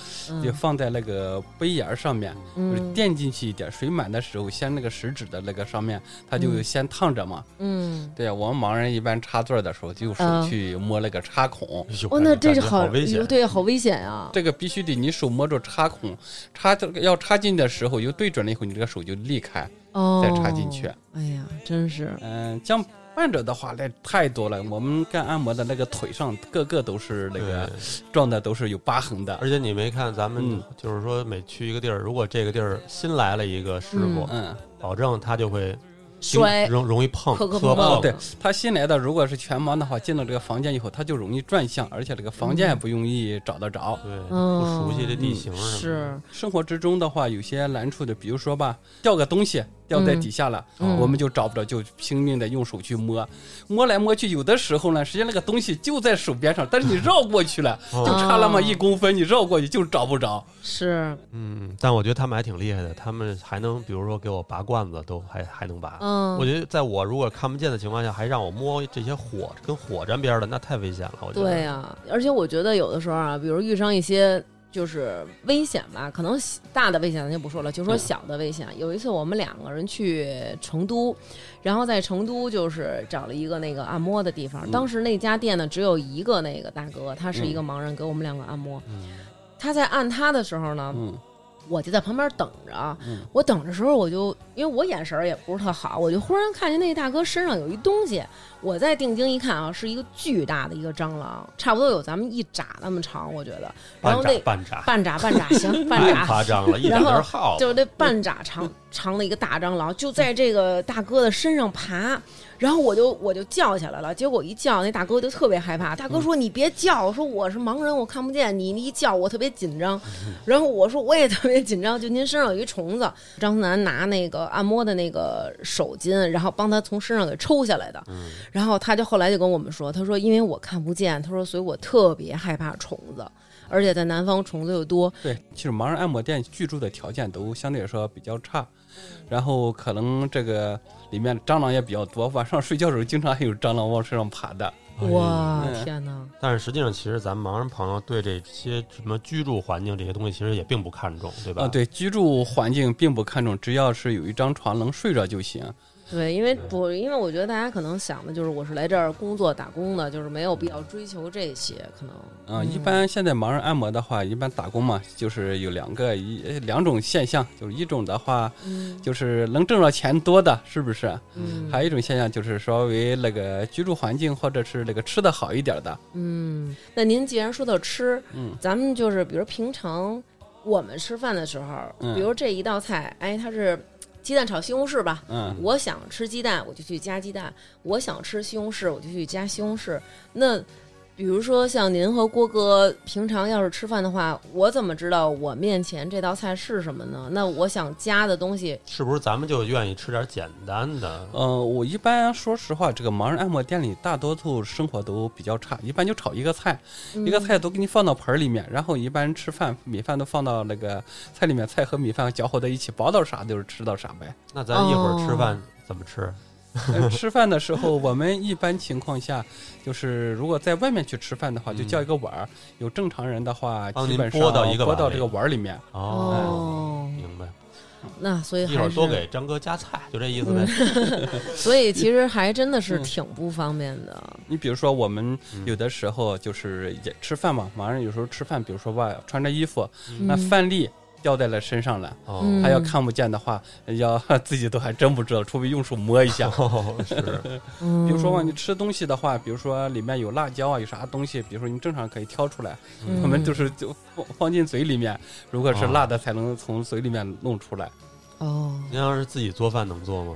A: 就
B: 嗯
A: 放在那个杯沿儿上面，就是
B: 嗯
A: 垫进去一点，水满的时候，先那个食指的那个上面，它就
B: 嗯
A: 先烫着嘛。
B: 嗯，
A: 对呀，我们盲人一般插座的时候，就手
B: 嗯
A: 去摸那个插孔，
D: 哎呦
B: 哦，那这是
D: 感觉好危险，
B: 对，好危险啊！
A: 这个必须得你手摸住插孔，插这个要插进的时候，又对准了以后，你这个手就离开。
B: 哦，
A: 再插进去。
B: 哎呀，真是，
A: 嗯，像伴着的话，那太多了。我们干按摩的那个腿上，个个都是那个
D: 对
A: 撞的，都是有疤痕的。
D: 而且你没看，咱们
A: 嗯
D: 就是说每去一个地儿，如果这个地儿新来了一个师傅，
A: 嗯，
D: 保证他就会经
B: 摔
D: 容容易碰
B: 磕磕
D: 磕
B: 碰碰
A: 哦
D: 碰，
A: 对他新来的，如果是全盲的话，进到这个房间以后，他就容易转向，而且这个房间也不容易找得着。
D: 对，
B: 嗯
D: 不熟悉这地形什么的。
B: 是，
A: 生活之中的话，有些难处的，比如说吧，掉个东西掉在底下了，
B: 嗯
A: 我们就找不着，就拼命的用手去摸，摸来摸去，有的时候呢，实际上那个东西就在手边上，但是你绕过去了，
D: 哦
A: 就差那么
B: 哦
A: 一公分，你绕过去就找不着。
B: 是，
D: 嗯，但我觉得他们还挺厉害的，他们还能比如说给我拔罐子，都还还能拔。
B: 嗯，
D: 我觉得在我如果看不见的情况下，还让我摸这些火跟火沾边儿的，那太危险了。我觉得
B: 对呀、而且我觉得有的时候啊，比如遇上一些就是危险吧，可能小大的危险咱就不说了，就说
A: 嗯
B: 小的危险。有一次我们两个人去成都，然后在成都就是找了一个那个按摩的地方，
A: 嗯
B: 当时那家店呢只有一个那个大哥，他
D: 嗯
B: 是一个盲人，给我们两个按摩。他在按他的时候呢，
A: 嗯
B: 我就在旁边等着啊。
A: 嗯
B: 我等的时候，我就因为我眼神儿也不是特好，我就忽然看见那大哥身上有一东西。我再定睛一看啊，是一个巨大的一个蟑螂，差不多有咱们一拃那么长，我觉得。然
D: 半
B: 后
D: 扎
B: 那
D: 半扎，
B: 半拃半拃，
D: <laughs>
B: 行，半
D: 太
B: 拃
D: 夸张
B: <laughs>
D: 了，一点
B: 然后
D: 都是耗
B: 就
D: 子。
B: 是那半拃长长的一个大蟑螂，就在这个大哥的身上爬，然后我就我就叫起来了，结果一叫那大哥就特别害怕，大哥说你别叫，说我是盲人，我看不见，你一叫我特别紧张，然后我说我也特别紧张，就您身上有一虫子，张思楠拿那个按摩的那个手巾，然后帮他从身上给抽下来的，然后他就后来就跟我们说，他说因为我看不见，他说所以我特别害怕虫子。而且在南方虫子又多，
A: 对，其实盲人按摩店居住的条件都相对来说比较差，
B: 嗯
A: 然后可能这个里面蟑螂也比较多，晚上睡觉的时候经常还有蟑螂往身上爬的。
D: 哎
B: 哇
A: 嗯
B: 天哪！
D: 但是实际上，其实咱们盲人朋友对这些什么居住环境这些东西，其实也并
A: 啊
D: 不看重，对吧？
A: 啊，对，居住环境并不看重，只要是有一张床能睡着就行。
B: 对，因为
D: 对
B: 我因为我觉得大家可能想的就是我是来这儿工作打工的，就是没有必要追求这些，可能
A: 嗯，一
B: 嗯
A: 般现在盲人按摩的话，一般打工嘛，就是有两个一呃两种现象，就是一种的话
B: 嗯
A: 就是能挣着钱多的，是不是？
B: 嗯
A: 还有一种现象就是稍微那个居住环境或者是那个吃的好一点的，
B: 嗯，那您既然说到吃，
A: 嗯
B: 咱们就是比如平常我们吃饭的时候，
A: 嗯
B: 比如这一道菜，哎，它是鸡蛋炒西红柿吧。
A: 嗯，
B: 我想吃鸡蛋，我就去加鸡蛋；我想吃西红柿，我就去加西红柿。那比如说像您和郭哥平常要是吃饭的话，我怎么知道我面前这道菜是什么呢？那我想加的东西，
D: 是不是咱们就愿意吃点简单的？
A: 呃，我一般说实话，这个盲人按摩店里大多数生活都比较差，一般就炒一个菜，
D: 嗯
A: 一
B: 嗯
A: 个菜都给你放到盆儿里面，然后一般吃饭米饭都放到那个菜里面，菜和米饭搅和在一起，包到啥就是吃到啥
D: <laughs>
A: 呗。
D: 那咱一会儿吃
B: 哦
D: 饭怎么吃？
A: 呃吃饭的时候，我们一般情况下就是如果在外面去吃饭的话，就叫一个碗儿。有正常人的话，
D: 帮
A: 基
D: 嗯哦您
A: 本上
D: 拨到一个
A: 拨
D: 碗
A: 到
D: 里
A: 这个碗儿里面。
B: 哦
D: 哎明白。
B: 那所以还
D: 一
B: 是嗯
D: 会儿多给张哥加菜，就这意思呗。
B: <laughs> 所以其实还真的是
A: 嗯
B: 挺不方便的。
A: 你比如说，我们
D: 嗯
A: 有的时候就是也吃饭嘛，盲人有时候吃饭，比如说吧，穿着衣服，那
B: 嗯
A: 饭粒掉在了身上了。
D: 哦，
B: 嗯
A: 他要看不见的话，要 <laughs> 自己都还真不知道，除非用手摸一
B: 嗯
A: 下。
D: <laughs> 哦是，
A: 比
B: 比
A: 如说嘛，你吃东西的话，比如说里面有辣椒啊，有啥东西，比如说你正常可以挑出来，
B: 嗯
A: 我们就是就放放进嘴里面，如果是
D: 哦
A: 辣的才能从嘴里面弄出来。
B: 哦，
D: 您要是自己做饭能做吗？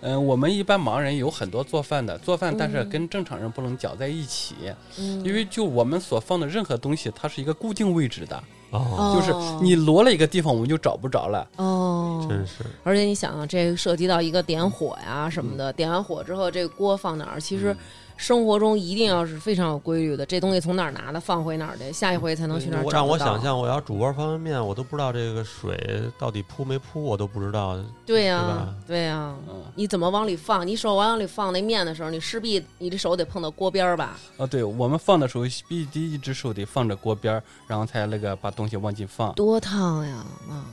A: 嗯，我们一般盲人有很多做饭的，做饭但是
B: 嗯
A: 跟正常人不能搅在一起，
B: 因
A: 因为就我们所放的任何东西，它是一个固定位置的，
D: 哦，
A: 就是你挪了一个地方，我们就找不着了。
B: 哦，
D: 真是
B: 而且你想啊，这涉及到一个点火呀什么的，点完火之后，这个锅放哪儿？其实生活中一定要是非常有规律的，这东西从哪儿拿的，放回哪儿去，下一回才能去哪儿
D: 我
B: 找
D: 让
B: 得
D: 我
B: 到
D: 想，象，我要煮碗方便面，我都不知道这个水到底铺没铺，我都不知道。
B: 对呀、
D: 对吧
B: 对呀、
A: 嗯，
B: 你怎么往里放？你手往里放那面的时候，你势必你这手得碰到锅边儿吧？
A: 哦，对，我们放的时候必须第一只手得放着锅边儿，然后才那个把东西往进放。
B: 多烫呀！啊，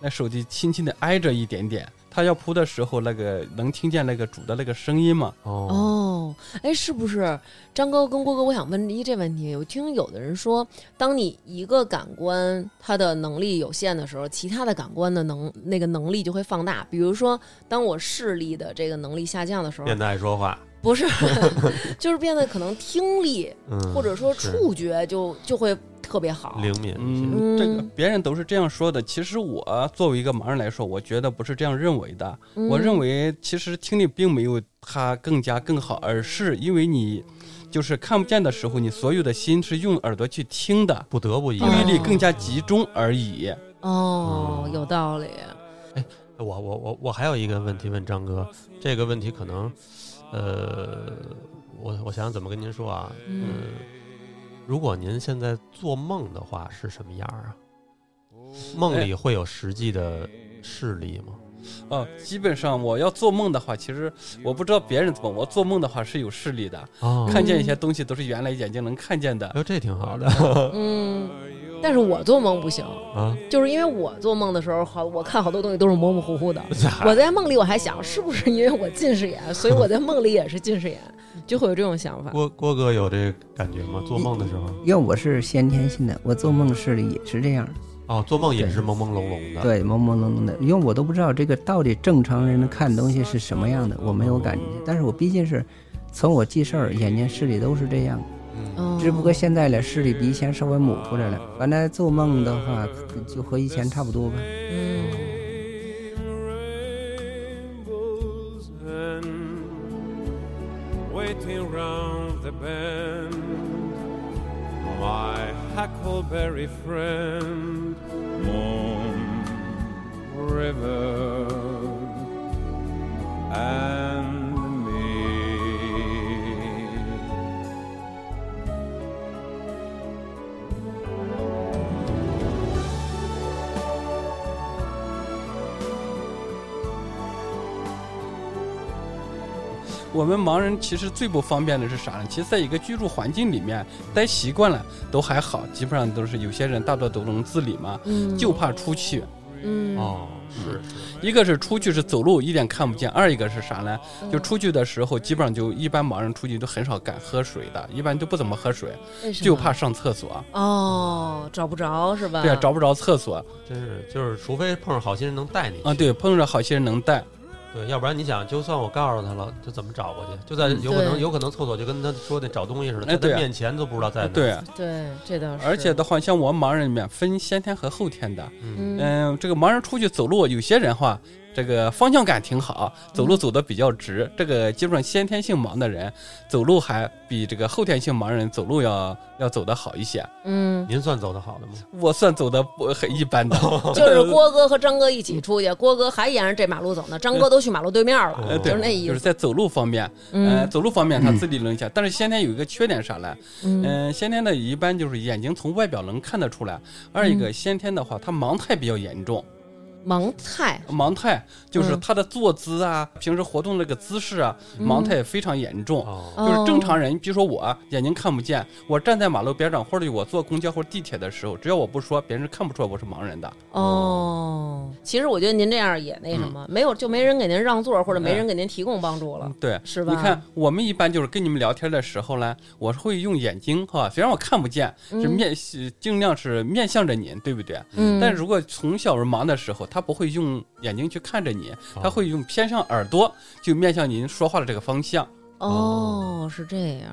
A: 那手机轻轻的挨着一点点，它要扑的时候，那个能听见那个煮的那个声音嘛？
D: 哦，
B: 哦，哎，是不是张哥跟郭哥？我想问一这问题。我听有的人说，当你一个感官它的能力有限的时候，其他的感官的能那个能力就会放大。比如说，当我视力的这个能力下降的时候，
D: 变得爱说话，
B: 不是，就是变得可能听力
D: 嗯，
B: 或者说
D: 是
B: 触觉就就会特别好。
D: 灵敏一些，
A: 嗯，这个
B: 嗯
A: 别人都是这样说的，其实我作为一个盲人来说，我觉得不是这样认为的。
B: 嗯
A: 我认，为其实听力并没有它更加更好，而是因为你就是看不见的时候，你所有的心是用耳朵去听的，
D: 不得不依
B: 嗯
A: 注意
D: 赖。
A: 力更加集中而已。
D: 嗯
B: 哦，有道理。
D: 我我我我还有一个问题问张哥，这个问题可能，呃，我我想想怎么跟您说啊，
B: 嗯
D: 嗯，如果您现在做梦的话是什么样啊？梦里会有实际的视力吗？
A: 哦，基本上我要做梦的话，其实我不知道别人怎么，我做梦的话是有视力的，
D: 哦，
A: 看见一些东西都是原来眼睛能看见的
D: 哎。呦，这挺好的
B: 嗯，但是我做梦不行。
D: 啊！
B: 就是因为我做梦的时候，好，我看好多东西都是模模糊糊的。
D: 咋
B: 我在梦里我还想，是不是因为我近视眼，所以我在梦里也是近视眼，就会有这种想法。
D: 郭郭哥有这感觉吗？做梦的时候，
C: 因为我是先天性的，我做梦视力也是这样，
D: 哦，做梦也是朦朦胧
B: 啊
D: 胧的。，
C: 对，朦朦胧胧的，因为我都不知道这个到底正常人看东西是什么样的，我没有感觉，但是我毕竟是从我记事儿，眼睛视力都是这样，
D: 嗯，
B: 嗯，
C: 只不过现在的视力比以前稍微模糊点了。完了做梦的话，就和以前差不多吧。
B: 嗯，
E: rainbows and waiting round the bend. My huckleberry friend, Moon River, and me.
A: 我们盲人其实最不方便的是啥呢？其实在一个居住环境里面待习惯了都还好，基本上都是有些人大多都能自理嘛，就怕出去。
B: 嗯，
D: 哦，是是，
A: 一个是出去是走路一点看不见，二一个是啥呢？就出去的时候，基本上就一般盲人出去都很少敢喝水的，一般都不怎么喝水，
B: 为什么
A: 就怕上厕所。
B: 哦找不着是吧？
A: 对啊，找不着厕所
D: 真是就是，除非碰上好心人能带你去
A: 啊。对，碰上好些人能带，
D: 对，要不然你想，就算我告诉他了，这怎么找过去？就在有可能，
B: 嗯对
D: 有可能厕所就跟他说那找东西似的，
A: 哎
D: 在
A: 对
D: 他
A: 啊
D: 面前都不知道在哪。，
A: 对。
B: 对，这倒是。
A: 而且的话，像我们盲人里面分先天和后天的。
D: 嗯，
B: 嗯，
A: 嗯、这个盲人出去走路，有些人哈，这个方向感挺好，走
B: 嗯
A: 路走得比较直。这个基本上先天性盲的人走路还比这个后天性盲人走路要要走得好一些。 <laughs>
B: 嗯，
D: 您算走得好的吗？
A: 我算走的不很一般的，
B: 就是郭哥和张哥一起出去，郭哥还沿着这马路走呢，张哥都去马路对面了，
A: 呃，
D: 哦
A: 对，
B: 就是那意
A: 就是
B: 思。
A: 在走路方面，呃，
B: 嗯
A: 走路方面他自理能力强，但是先天有一个缺点啥呢？
B: 嗯
A: 嗯、先天的一般就是眼睛从外表能看得出来，二
B: 嗯
A: 一个先天的话，他盲态比较严重，
B: 盲菜，
A: 盲态就是
B: 嗯
A: 他的坐姿啊，平时活动那个姿势啊，盲态非常严重。
D: 哦，
A: 就是正常
B: 人，
A: 人，比如说我啊眼睛看不见，我站在马路边上，或者我坐公交或者地铁的时候，只要我不说，别人是看不出来我是盲人的。
B: 哦，其实我觉得您这样也那什
C: 嗯
B: 么，没有就没人给您让座，或者没人给您提供帮助了
A: 嗯。对，
B: 是吧
A: 你看，我们一般就是跟你们聊天的时候呢，我是会用眼睛哈，虽然我看不见，是
C: 嗯
A: 面、是尽量是面向着您，对不对？
B: 嗯，
A: 但如果从小是盲的时候，他不会用眼睛去看着你，
D: 哦
A: 他会用偏向耳朵，就面向您说话的这个方向。
B: 哦，是这样，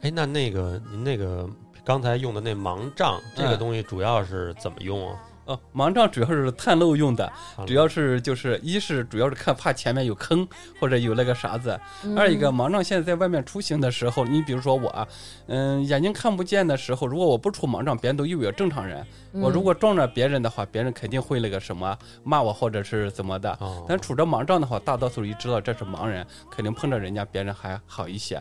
D: 哎，那那个您那个刚才用的那盲杖，这个
A: 嗯
D: 东西主要是怎么用啊？
A: 哦，盲杖主要是探路用的，
D: 看
A: 主要是就是一是主要是看怕前面有坑或者有那个啥子，
B: 嗯
A: 二一个盲杖现在在外面出行的时候，你比如说我啊，嗯，眼睛看不见的时候，如果我不出盲杖，别人都以为我正常人。
B: 嗯
A: 我如果撞着别人的话，别人肯定会那个什么骂我或者是怎么的。
D: 哦，
A: 但杵着盲杖的话，大多数一知道这是盲人，肯定碰着人家别人还好一些。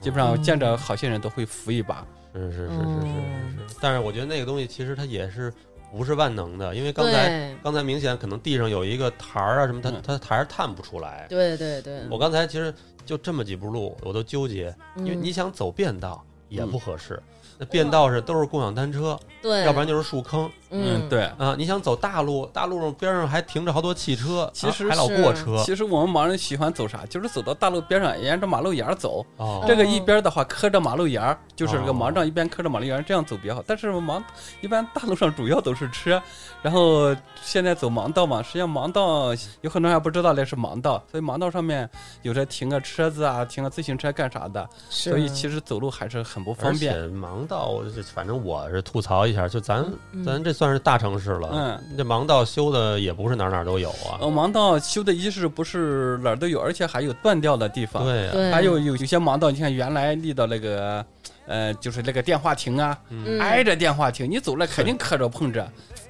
A: 基本上见着好些人都会扶一把。
D: 是是是是是
B: 哦
D: 是是，但是我觉得那个东西其实它也是不是万能的，因为刚才
B: 对
D: 刚才明显可能地上有一个台儿啊什么，它
A: 嗯
D: 它台儿探不出来。
B: 对对对，
D: 我刚才其实就这么几步路，我都纠结，因为
B: 嗯
D: 你想走便道也不合适，那便道是都是共享单车，
B: 对，
D: 要不然就是树坑
B: 嗯，
A: 对。
D: 啊。你想走大路，大路上边上还停着好多汽车，
A: 其实
D: 啊还老
B: 是
D: 过车
A: 其实我们盲人喜欢走啥，就是走到大路边上，沿着马路沿儿走。
D: 哦
A: 这个一边的话磕着马路沿儿，就是这个
D: 哦
A: 盲杖一边磕着马路沿儿这样走比较好。但是盲一般大路上主要都是车，然后现在走盲道嘛，实际上盲道有很多人还不知道那是盲道，所以盲道上面有着停个车子啊，停个自行车干啥的，
B: 是
A: 所以其实走路还是很不
D: 而
A: 方
D: 且
A: 便。
D: 盲道，这反正我是吐槽一下，就咱
B: 嗯
D: 咱这算是大城市了，
A: 嗯
D: 这盲道修的也不是哪儿哪儿都有啊
A: 呃，。盲道修的一是不是哪儿都有，而且还有断掉的地方。
D: 对啊呀，
B: 对，
A: 还有有有些盲道，你看原来立到那个，呃，就是那个电话亭啊，
B: 嗯
A: 挨着电话亭，你走了肯定磕着碰着。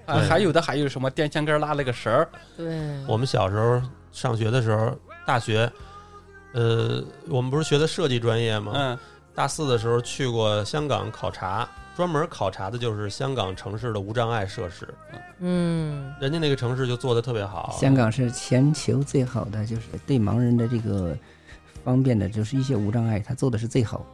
A: 啊，
D: 对
A: 还有的还有什么电线杆拉了个绳儿，
B: 对，
D: 我们小时候上学的时候，大学，呃，我们不是学的设计专业吗？
A: 嗯，
D: 大四的时候去过香港考察，专门考察的就是香港城市的无障碍设施，
B: 嗯
D: 人家那个城市就做的特别好。
C: 香港是全球最好的，就是对盲人的这个方便的，就是一些无障碍，他做的是最好。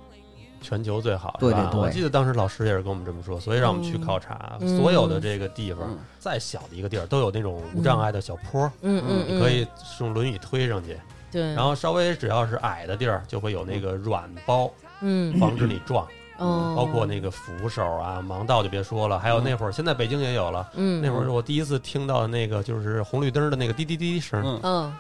D: 全球最好，
C: 对
D: 是吧
C: 对对
D: 我记得当时老师也是跟我们这么说，所以让我们去考察，
B: 嗯
D: 所有的这个地方
A: 嗯，
D: 再小的一个地儿都有那种无障碍的小坡，
B: 嗯嗯，
D: 你可以用轮椅推上
C: 嗯
D: 去，
B: 对，
D: 然后稍微只要是矮的地儿，就会有那个软包，
B: 嗯
D: 防止你撞，
B: 哦，
C: 嗯
D: 包括那个扶手啊，盲道就别说了，还有那会儿现在北京也有了。
B: 嗯
D: 那会儿我第一次听到那个就是红绿灯的那个滴滴滴声，
A: 嗯
B: 嗯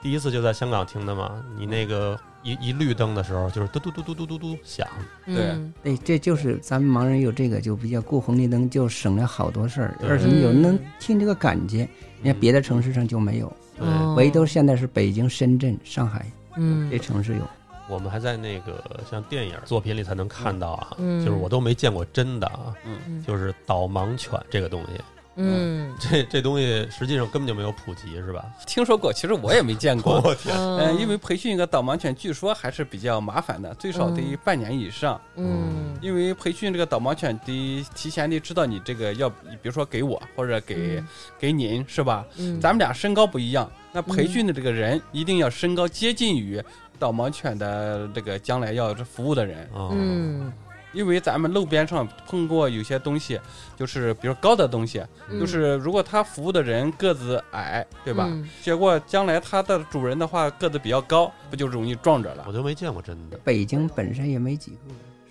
D: 第一次就在香港听的嘛。你那个一一绿灯的时候，就是嘟嘟嘟嘟嘟嘟嘟响，
B: 嗯
C: 对，哎这就是咱们盲人有这个，就比较过红绿灯就省了好多事儿。
D: 对
C: 二是你有
B: 嗯
C: 能听这个感觉，你看别的城市上就没有，
D: 对，
B: 哦
C: 唯独现在是北京、深圳、上海这
B: 嗯
C: 城市有。
D: 我们还在那个像电影作品里才能看到啊，
B: 嗯
D: 就是我都没见过真的啊，
B: 嗯
D: 就是导盲犬这个东西，
B: 嗯，
D: 这这东西实际上根本就没有普及，是吧？
A: 听说过，其实我也没见过。
D: <laughs> 我天，
B: 哦
A: 嗯、因为培训一个导盲犬，据说还是比较麻烦的，最少得
B: 嗯
A: 半年以上。
B: 嗯
A: 因为培训这个导盲犬得提前得知道你这个要，比如说给我或者给、给您是吧？
B: 嗯
A: 咱们俩身高不一样，那培训的这个人一定要身高接近于导盲犬的这个将来要服务的人。
D: 哦，
B: 嗯
A: 因为咱们路边上碰过有些东西，就是比如高的东西，
B: 嗯
A: 就是如果他服务的人个子矮，对吧？
B: 嗯
A: 结果将来他的主人的话个子比较高，不就容易撞着
D: 我
A: 了？
D: 就没见过真的。
C: 北京本身也没几个。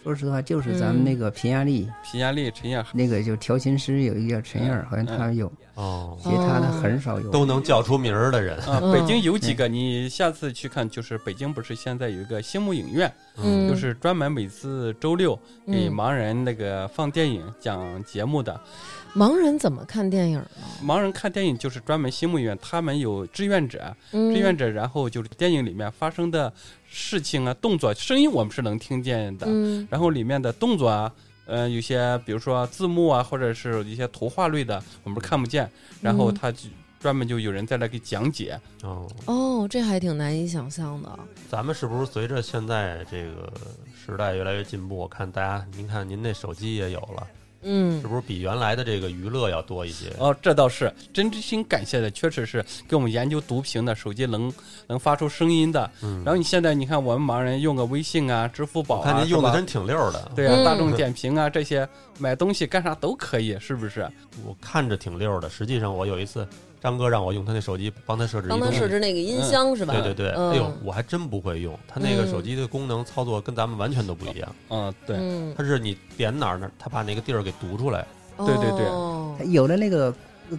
C: 说实话，就是咱们那个平压
D: 嗯
C: 力，
A: 皮亚利、陈亚
C: 那个就调琴师有一个叫陈燕儿，好像他有，
D: 嗯哦，
C: 其他的很少有。
D: 都能叫出名儿的人，
A: 啊，
B: 嗯
A: 北京有几个，你下次去看，就是北京不是现在有一个星木影院，
B: 嗯
A: 就是专门每次周六给
B: 嗯
A: 盲人那个放电影、讲节目的。
B: 盲人怎么看电影呢？
A: 盲人看电影就是专门星木影院，他们有志愿者，
B: 嗯
A: 志愿者，然后就是电影里面发生的事情啊、动作、声音，我们是能听见的。
B: 嗯
A: 然后里面的动作啊，呃，有些比如说字幕啊，或者是一些图画类的，我们是看不见。然后
B: 嗯
A: 他就专门就有人在那给讲解。
D: 哦，
B: 哦，这还挺难以想象的。啊
D: 咱们是不是随着现在这个时代越来越进步？我看大家，您看您那手机也有了，
B: 嗯
D: 是，不是比原来的这个娱乐要多一些？
A: 哦，这倒是真心感谢的，确实是给我们研究毒品的手机能能发出声音的。
D: 嗯，
A: 然后你现在你看我们盲人用个微信啊、支付宝
D: 我
A: 啊，
D: 看您用的
A: 是吧
D: 真挺溜儿的，
A: 对啊，
B: 嗯
A: 大众点评啊这些买东西干啥都可以，是不是？
D: 我看着挺溜儿的。实际上，我有一次张哥让我用他那手机帮他设置一
B: 帮他
D: 个
B: 设置那个音箱是吧？
D: 对对对，
B: 嗯
D: 哎呦，我还真不会用，它那个
B: 嗯
D: 手机的功能操作跟咱们完全都不一样。
A: 嗯，对，
B: 嗯，
D: 它是你点哪儿呢，它把那个地儿给读出来。
A: 对对对
B: 哦
C: 它有了那个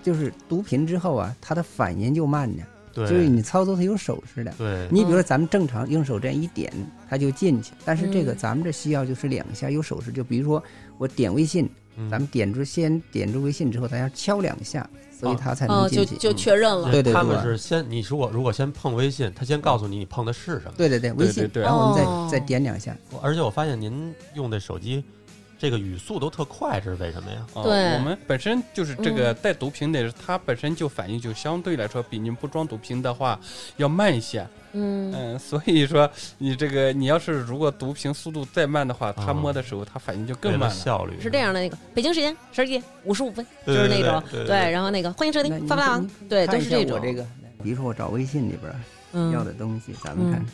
C: 就是毒品之后啊，它的反应就慢呢，就是
D: 对
C: 你操作它有手势的。
D: 对，
C: 你比如说咱们正常用手这样一点，它就进去，但是这个
B: 嗯
C: 咱们这需要就是两下有手势，就比如说我点微信，
D: 嗯
C: 咱们点住先点住微信之后，咱要敲两下，所以它才能
B: 哦，就
C: 进去。
B: 就确认了。
C: 对对对
D: 嗯他们是先你如果如果先碰微信，他先告诉你你碰的是什么。
C: 对对对，微信
A: 对，对
C: 然后我
B: 哦
C: 们再再点两下，
D: 我而且我发现您用的手机，这个语速都特快，这是为什么呀？
A: 哦
B: 对嗯
A: 我们本身就是这个带毒品的，它本身就反应就相对来说比您不装毒品的话要慢一些。
B: 嗯，
A: 嗯，所以说你这个你要是如果毒品速度再慢的话，它
D: 哦
A: 摸的时候它反应就
D: 为
A: 更
D: 了
A: 慢了。
D: 效率
B: 是这样的，那个北京时间十二点五十五分，就
D: 对
B: 是
D: 对
B: 那
D: 对
B: 种
D: 对对
B: 对，然后那个欢迎收
C: 那
B: 听
C: 你
B: 发发
C: 你
B: 郎，对，都
C: 看一
B: 是
C: 下
B: 种
C: 我这个，比如说我找微信里边儿要
B: 嗯
C: 的东西，咱们看
B: 嗯，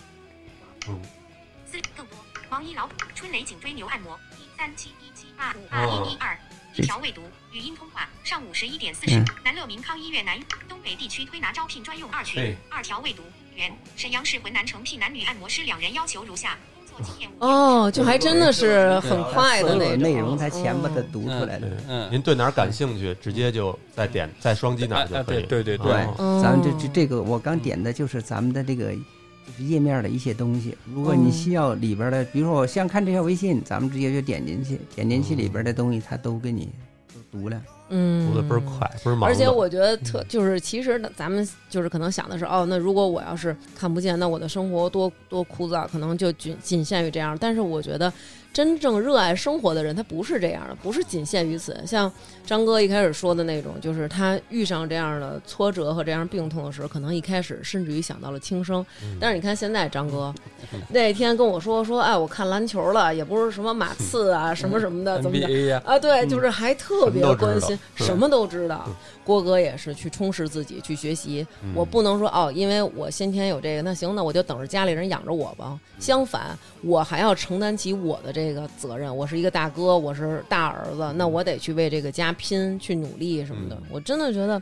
F: 四更多，王一劳，春雷颈椎牛按摩，一三七一七二二一一二，一条未读，语音通话，上午十一点四十
C: 嗯，
F: 南乐民康医院南东北地区推拿招聘专用二
D: 哎
F: 群，二条未读，原沈阳市浑南城聘男女按摩师两人要求如下，工作经验五年。
B: 哦，就还真的是很快
C: 所
B: 的
C: 有
B: 那
C: 内
B: 种
C: 容它全把它读出来
D: 对
C: 了。
A: 嗯
B: <laughs>
D: 您对哪儿感兴趣，直接就再点再双击哪儿就可以。
A: 啊啊对对对
C: 对
D: 哦，
B: 哦
C: 咱们这这这个我刚点的就是咱们的这个就是页面的一些东西。如果
B: 哦
C: 你需要里边的，比如说我想看这条微信，咱们直接就点进去，点进去里边的东西它都给你都读了。
B: 嗯，
D: 读的倍儿快，倍儿忙的。嗯
B: 而且我觉得特就是，其实呢咱们就是可能想的是，哦，那如果我要是看不见，那我的生活多多枯燥，可能就仅仅限于这样。但是我觉得，真正热爱生活的人，他不是这样的，不是仅限于此。像张哥一开始说的那种，就是他遇上这样的挫折和这样病痛的时候，可能一开始甚至于想到了轻生。
D: 嗯
B: 但是你看现在张哥 <laughs> 那天跟我说说，哎，我看篮球了，也不是什么马刺
D: 嗯
B: 啊，什么什么的，怎么的。
A: ，NBA 呀，
B: 啊，对，就是还特别关心，什
D: 什
B: 么都知道
D: 嗯。
B: 郭哥也是去充实自己，去学习。
D: 嗯
B: 我不能说哦，因为我先天有这个，那行，那我就等着家里人养着我吧。相反，我还要承担起我的这个责任。我是一个大哥，我是大儿子，那我得去为这个家拼，去努力什么的
D: 嗯。
B: 我真的觉得，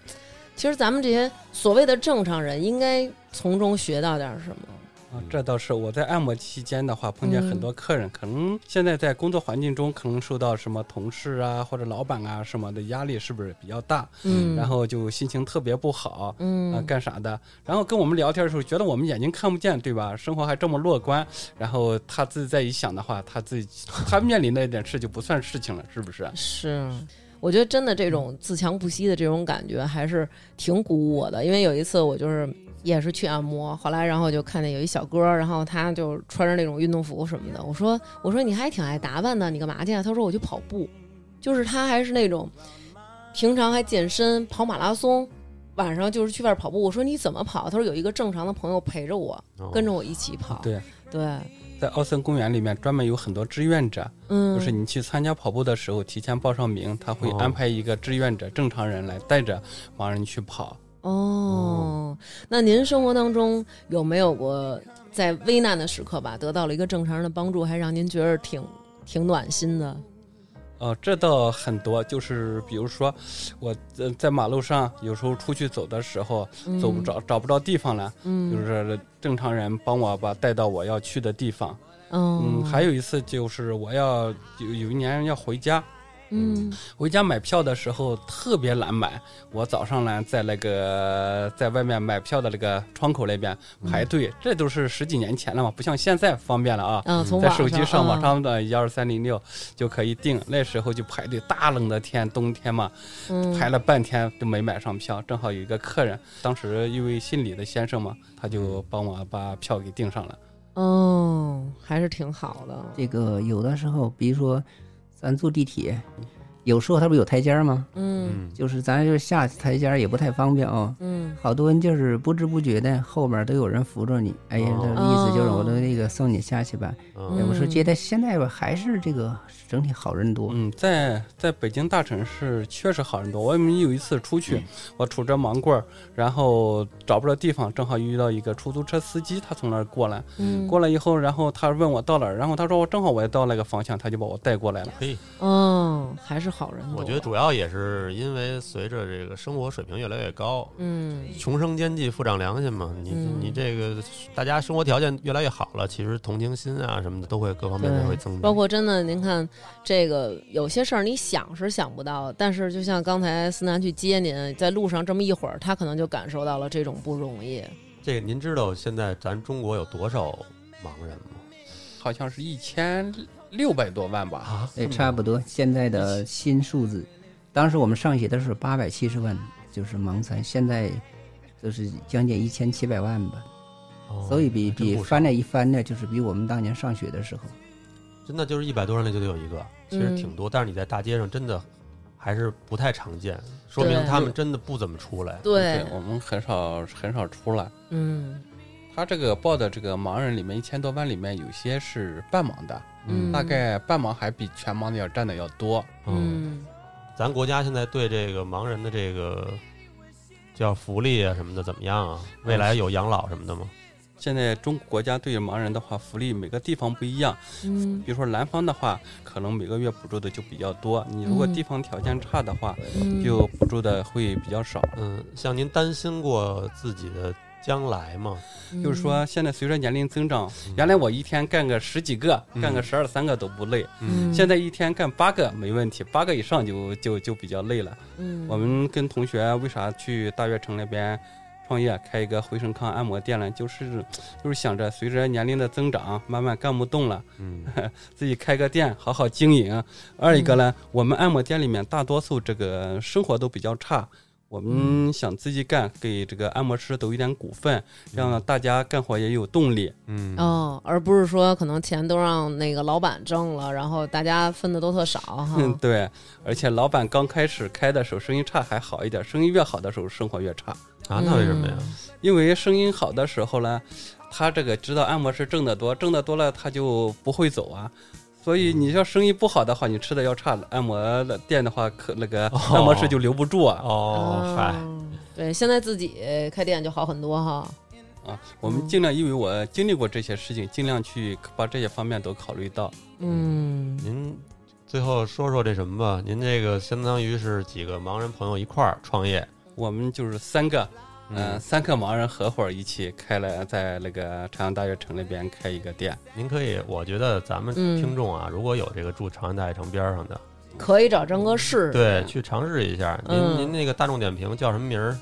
B: 其实咱们这些所谓的正常人，应该从中学到点什么。
A: 啊，这倒是。我在按摩期间的话，碰见
B: 嗯
A: 很多客人，可能现在在工作环境中，可能受到什么同事啊或者老板啊什么的压力，是不是比较大？
B: 嗯，
A: 然后就心情特别不好。
B: 嗯
A: 啊，干啥的？然后跟我们聊天的时候，觉得我们眼睛看不见，对吧？生活还这么乐观，然后他自己再一想的话，他自己他面临的一点事就不算事情了，是不是？
B: 是，我觉得真的这种自强不息的这种感觉还是挺鼓舞我的。因为有一次我就是也是去按摩，后来然后就看见有一小哥儿，然后他就穿着那种运动服什么的。我说我说你还挺爱打扮的，你干嘛去啊？他说我去跑步，就是他还是那种平常还健身跑马拉松。晚上就是去外边跑步，我说你怎么跑？他说有一个正常的朋友陪着我，
D: 哦
B: 跟着我一起跑。
A: 哦对，啊
B: 对，
A: 在奥森公园里面专门有很多志愿者，
B: 嗯，
A: 就是你去参加跑步的时候，提前报上名，他会
D: 哦
A: 安排一个志愿者，正常人来带着盲人去跑。
B: 哦，那您生活当中有没有过在危难的时刻吧，得到了一个正常人的帮助，还让您觉得挺挺暖心的。
A: 哦，这倒很多，就是比如说，我在在马路上有时候出去走的时候，
B: 嗯
A: 走不着，找不着地方了，
B: 嗯，
A: 就是正常人帮我把带到我要去的地方。
B: 嗯
A: 嗯，还有一次就是我要有有一年要回家，
B: 嗯
A: 回家买票的时候特别难买，我早上呢在那个在外面买票的那个窗口那边排
B: 嗯
A: 队，这都是十几年前了嘛，不像现在方便了啊。
B: 啊，从
A: 在
B: 网
A: 手机上
B: 上
A: 网
B: 啊
A: 上的幺二三零六就可以订，那时候就排队，大冷的天，冬天嘛，
B: 嗯
A: 排了半天都没买上票。正好有一个客人，当时一位姓李的先生嘛，他就帮我把票给订上了。
B: 哦，还是挺好的。
C: 这个有的时候，比如说咱坐地铁，有时候它不有台阶儿吗？
B: 嗯
C: 就是咱就是下台阶儿也不太方便啊、
B: 嗯
C: 好多人就是不知不觉的，后面都有人扶着你。哎呀，这意思就是我的那个送你下去吧。
D: 嗯
C: 哎我说
B: 哦嗯
C: 觉得现在吧，还是这个整体好人多。
A: 嗯，在在北京大城市确实好很多。我们有一次出去，我杵着盲棍儿，然后找不着地方，正好遇到一个出租车司机，他从那儿过来，
B: 嗯，
A: 过来以后，然后他问我到哪儿，然后他说我正好我也到那个方向，他就把我带过来了。
D: 嘿，
B: 嗯，还是好人多。
D: 我觉得主要也是因为随着这个生活水平越来越高，
B: 嗯
D: 穷生奸计，富长良心嘛。你
B: 嗯
D: 你这个大家生活条件越来越好了，其实同情心啊什么的都会各方面都会增
B: 包
D: 长。
B: 括真的，您看这个有些事儿，你想是想不到，但是就像刚才思南去接您，在路上这么一会儿，他可能就感受到了这种不容易。
D: 这个您知道现在咱中国有多少盲人吗？
B: 嗯
A: 好像是一千六百多万吧。
D: 啊，
C: 对，差不多现在的新数字。当时我们上学的时候，八百七十万就是盲猜，现在就是将近一千七百万吧。
D: 哦
C: 所以比
D: 还真
C: 比
D: 不少
C: 翻了一翻呢，就是比我们当年上学的时候。
D: 真的就是一百多人里就得有一个，其实挺多。但是你在大街上真的还是不太常见，说明
B: 对
D: 他们真的不怎么出来。
B: 对，
A: 我们很少很少出来。
B: 嗯
A: 他这个报的这个盲人里面，一千多万里面有些是半盲的，
B: 嗯，
A: 大概半盲还比全盲的要占的要多。
B: 嗯
D: 咱国家现在对这个盲人的这个叫福利啊什么的怎么样啊？未来有养老什么的吗？
A: 现在中国国家对盲人的话，福利每个地方不一样。
B: 嗯
A: 比如说南方的话，可能每个月补助的就比较多；你如果
B: 嗯
A: 地方条件差的话，
B: 嗯，
A: 就补助的会比较少。
D: 嗯，像您担心过自己的将来吗？
B: 嗯
A: 就是说，现在随着年龄增长，原来我一天干个十几个，干个十二三个都不累，
B: 嗯，
A: 现在一天干八个没问题，八个以上就就就比较累了。
B: 嗯
A: 我们跟同学啊为啥去大悦城那边创业，开一个回声康按摩店呢？就是就是想着随着年龄的增长，慢慢干不动了，
D: 嗯，
A: <laughs> 自己开个店，好好经营。二一个呢，我们按摩店里面大多数这个生活都比较差。我们想自己干，给这个按摩师都有点股份，让大家干活也有动力。
D: 嗯，
B: 哦，而不是说可能钱都让那个老板挣了，然后大家分的都特少哈。
A: 嗯， <laughs> 对。而且老板刚开始开的时候，生意差还好一点，生意越好的时候，生活越差。
D: 啊，那为什么呀？
A: 因为声音好的时候呢，他这个知道按摩师挣得多，挣得多了他就不会走啊。所以你要生意不好的话，你吃的要差，按摩的店的话，可那个
D: 哦
A: 按摩师就留不住啊。
D: 哦，嗨，
B: 对，现在自己开店就好很多哈。
A: 啊，我们尽量，因为我经历过这些事情，尽量去把这些方面都考虑到。
B: 嗯
D: 您最后说说这什么吧？您这个相当于是几个盲人朋友一块儿创业，
A: 我们就是三个，嗯、
D: 嗯，
A: 三个盲人合伙一起开了，在那个朝阳大悦城那边开一个店。
D: 您可以，我觉得咱们
B: 嗯
D: 听众啊，如果有这个住长安大悦城边儿上的，
B: 可以找张哥试试。
D: 对，去尝试一下。您、
B: 嗯
D: 您那个大众点评叫什么名儿？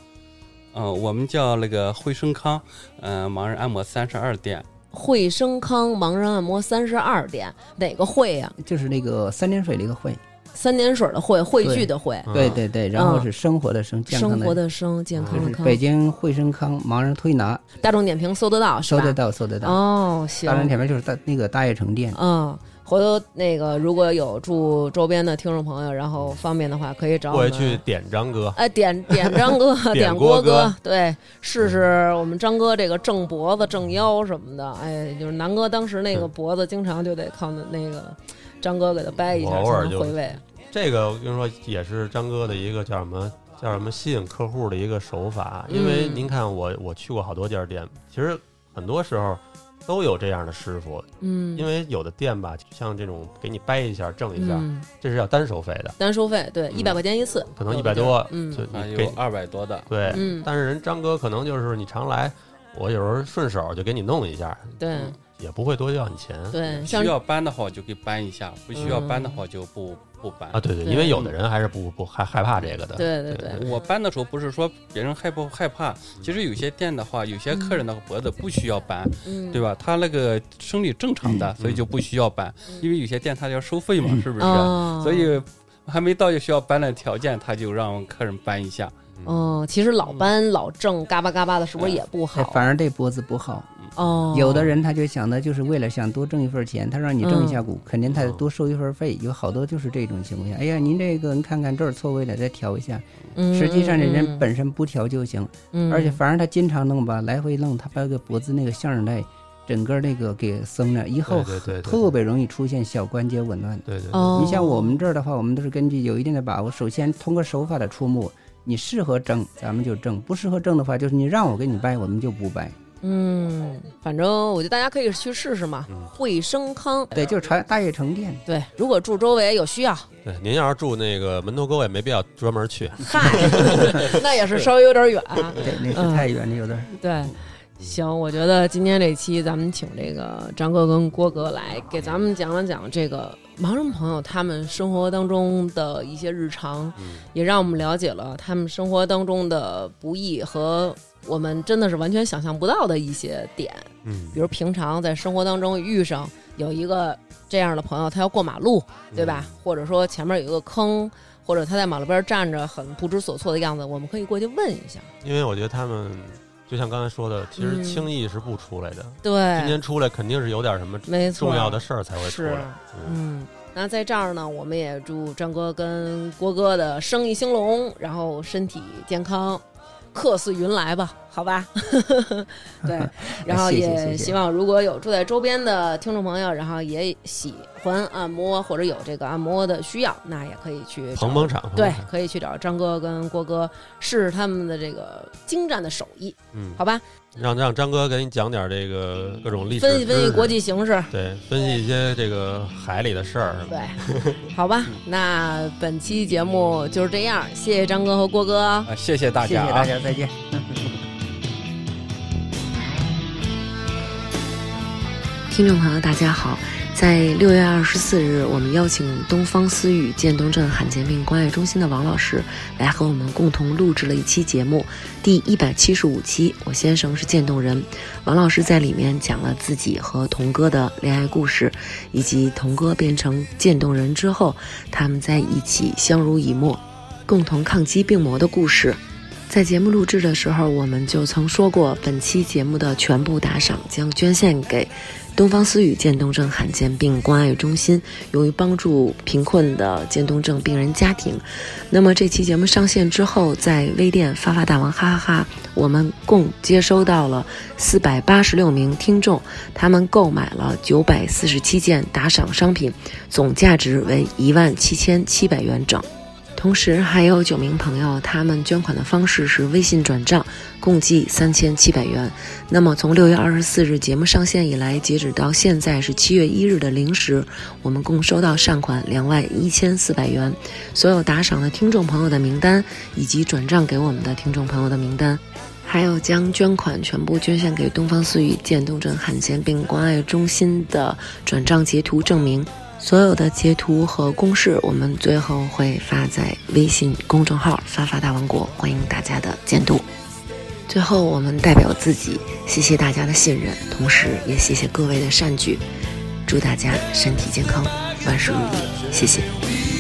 A: 嗯、我们叫那个惠生康，嗯、盲人按摩三十二店。
B: 惠生康盲人按摩三十二店，哪个惠呀、
C: 就是那个三点水的一个会，
B: 三点水的惠，汇聚的惠，
C: 对
D: 嗯，
C: 对对，然后是生活的生，健康
B: 生活
C: 的，
B: 的生，健康
C: 就
B: 的
C: 是
B: 康。
C: 北京惠生康盲人推拿，
B: 大众点评搜得到是
C: 搜
B: 吧？
C: 得到，搜得到。
B: 哦，行。
C: 当然前面就是大那个大悦城店，
B: 嗯，回头那个如果有住周边的听众朋友，然后方便的话，可以找我
D: 过
B: 们
D: 去去点张哥。
B: 哎，点点张
D: <laughs>
B: 哥，点
D: 郭
B: 郭
D: 哥
B: 对，试试我们张哥这个正脖子、正腰什么的。哎，就是南哥当时那个
D: 嗯
B: 脖子，经常就得靠那那个张哥给他掰一下
D: 我偶
B: 才
D: 尔
B: 能
D: 就
B: 回位。
D: 这个我跟你说，也是张哥的一个叫什么叫什么吸引客户的一个手法。
B: 嗯
D: 因为您看我，我去过好多家店，其实很多时候都有这样的师傅，
B: 嗯，
D: 因为有的店吧，像这种给你掰一下、挣一下，
B: 嗯，
D: 这是要单收费的，
B: 单收费对，
D: 嗯
B: 一百块钱一次，
D: 可能
B: 有
D: 一
B: 的
D: 百多，
B: 嗯
D: 就
A: 啊，
D: 你给
A: 有二百多的，
D: 对。
B: 嗯
D: 但是人张哥可能就是你常来，我有时候顺手就给你弄一下，
B: 对
D: 也不会多要你钱。
B: 对，像
A: 需要搬的话我就给搬一下，不需要搬的
C: 嗯
A: 话就不不搬
D: 啊，。对对，
B: 对
D: 因为有的人还是不不害害怕这个的。
B: 对对
D: 对
B: 对，
A: 我搬的时候不是说别人害不害怕，其实有些店的话，有些客人的脖子不需要搬，
B: 嗯，
A: 对吧？他那个生理正常的，所以就不需要搬，
C: 嗯
A: 因为有些店他要收费嘛，是不是？
B: 哦，
A: 所以还没到需要搬的条件，他就让客人搬一下。
B: 哦，其实老
D: 嗯
B: 搬老挣，嘎巴嘎巴的，是不是也不
C: 哎
B: 好？啊
C: 反而对脖子不好。
B: 哦，
C: 有的人他就想的就是为了想多挣一份钱，他让你挣一下股，肯定他多收一份费。有好多就是这种情况下，哎呀，您这个你看看这儿错位了，再调一下。
B: 嗯
C: 实际上这人
B: 嗯
C: 本身不调就行，
B: 嗯
C: 而且反而他经常弄吧，来回弄，他把个脖子那个向日带整个那个给松了，以后
D: 对对对对
C: 特别容易出现小关节紊乱。
D: 对对对，
B: 哦，
C: 你像我们这儿的话，我们都是根据有一定的把握，首先通过手法的出没，你适合挣咱们就挣，不适合挣的话，就是你让我给你掰，我们就不掰。
B: 嗯，反正我觉得大家可以去试试嘛，惠生康。
C: 对，就是传大悦城店。
B: 对，如果住周围有需
C: <laughs>
B: 要，
D: 对，您要是住那个门头沟，也没必要专门去。
B: 嗨， <laughs> 那也是稍微有点远。
C: 对，那
B: 嗯
C: 是太远了，有的。
B: 对，行，我觉得今天这期咱们请这个张哥跟郭哥来给咱们讲了讲这个盲人朋友他们生活当中的一些日常，
D: 嗯
B: 也让我们了解了他们生活当中的不易和我们真的是完全想象不到的一些点。
D: 嗯
B: 比如平常在生活当中遇上有一个这样的朋友，他要过马路，对吧？
D: 嗯
B: 或者说前面有一个坑，或者他在马路边站着很不知所措的样子，我们可以过去问一下。
D: 嗯因为我觉得他们就像刚才说的，其实
B: 嗯
D: 轻易是不出来的。今
B: 对，
D: 天出来肯定是有点什么
B: 没错，
D: 重要的事儿才会出
B: 是
D: 来。，嗯
B: 嗯。那在这儿呢，我们也祝张哥跟郭哥的生意兴隆，然后身体健康，客似云来吧，好吧？ <laughs>
D: <laughs>
B: 对，然后
C: 谢谢
B: 也
C: 谢谢
B: 希望如果有住在周边的听众朋友，然后也喜欢按摩或者有这个按摩的需要，那也可以去找
D: 捧捧场，
B: 对
D: 捧捧场，
B: 可以去找张哥跟郭哥试试他们的这个精湛的手艺，
D: 嗯，
B: 好吧？
D: 让让张哥给你讲点这个各种历史
B: 分析分析
D: 知识
B: 国际形势，
D: 对，分析一些这个海里的事儿。
B: 对，好吧，那本期节目就是这样，谢谢张哥和郭哥。
A: 啊，谢谢大
C: 谢
A: 家
C: 谢
A: 啊，
C: 大家，再见。
G: 听众朋友，大家好！在六月二十四日，我们邀请东方思雨渐冻症罕见病关爱中心的王老师来和我们共同录制了一期节目，第一百七十五期《我先生是渐冻人》。王老师在里面讲了自己和童哥的恋爱故事，以及童哥变成渐冻人之后，他们在一起相濡以沫，共同抗击病魔的故事。在节目录制的时候，我们就曾说过，本期节目的全部打赏将捐献给东方思雨渐冻症罕见病关爱中心，用于帮助贫困的渐冻症病人家庭。那么这期节目上线之后，在微店发发大王哈哈哈，我们共接收到了四百八十六名听众，他们购买了九百四十七件打赏商品，总价值为一万七千七百元整。同时还有九名朋友，他们捐款的方式是微信转账，共计三千七百元。那么从六月二十四日节目上线以来，截止到现在是七月一日的零时，我们共收到善款两万一千四百元。所有打赏的听众朋友的名单，以及转账给我们的听众朋友的名单。还有将捐款全部捐献给东方思雨渐冻症罕见病关爱中心的转账截图证明，所有的截图和公示，我们最后会发在微信公众号“发发大王国”，欢迎大家的监督。最后，我们代表自己，谢谢大家的信任，同时也谢谢各位的善举，祝大家身体健康，万事如意，谢谢。
E: We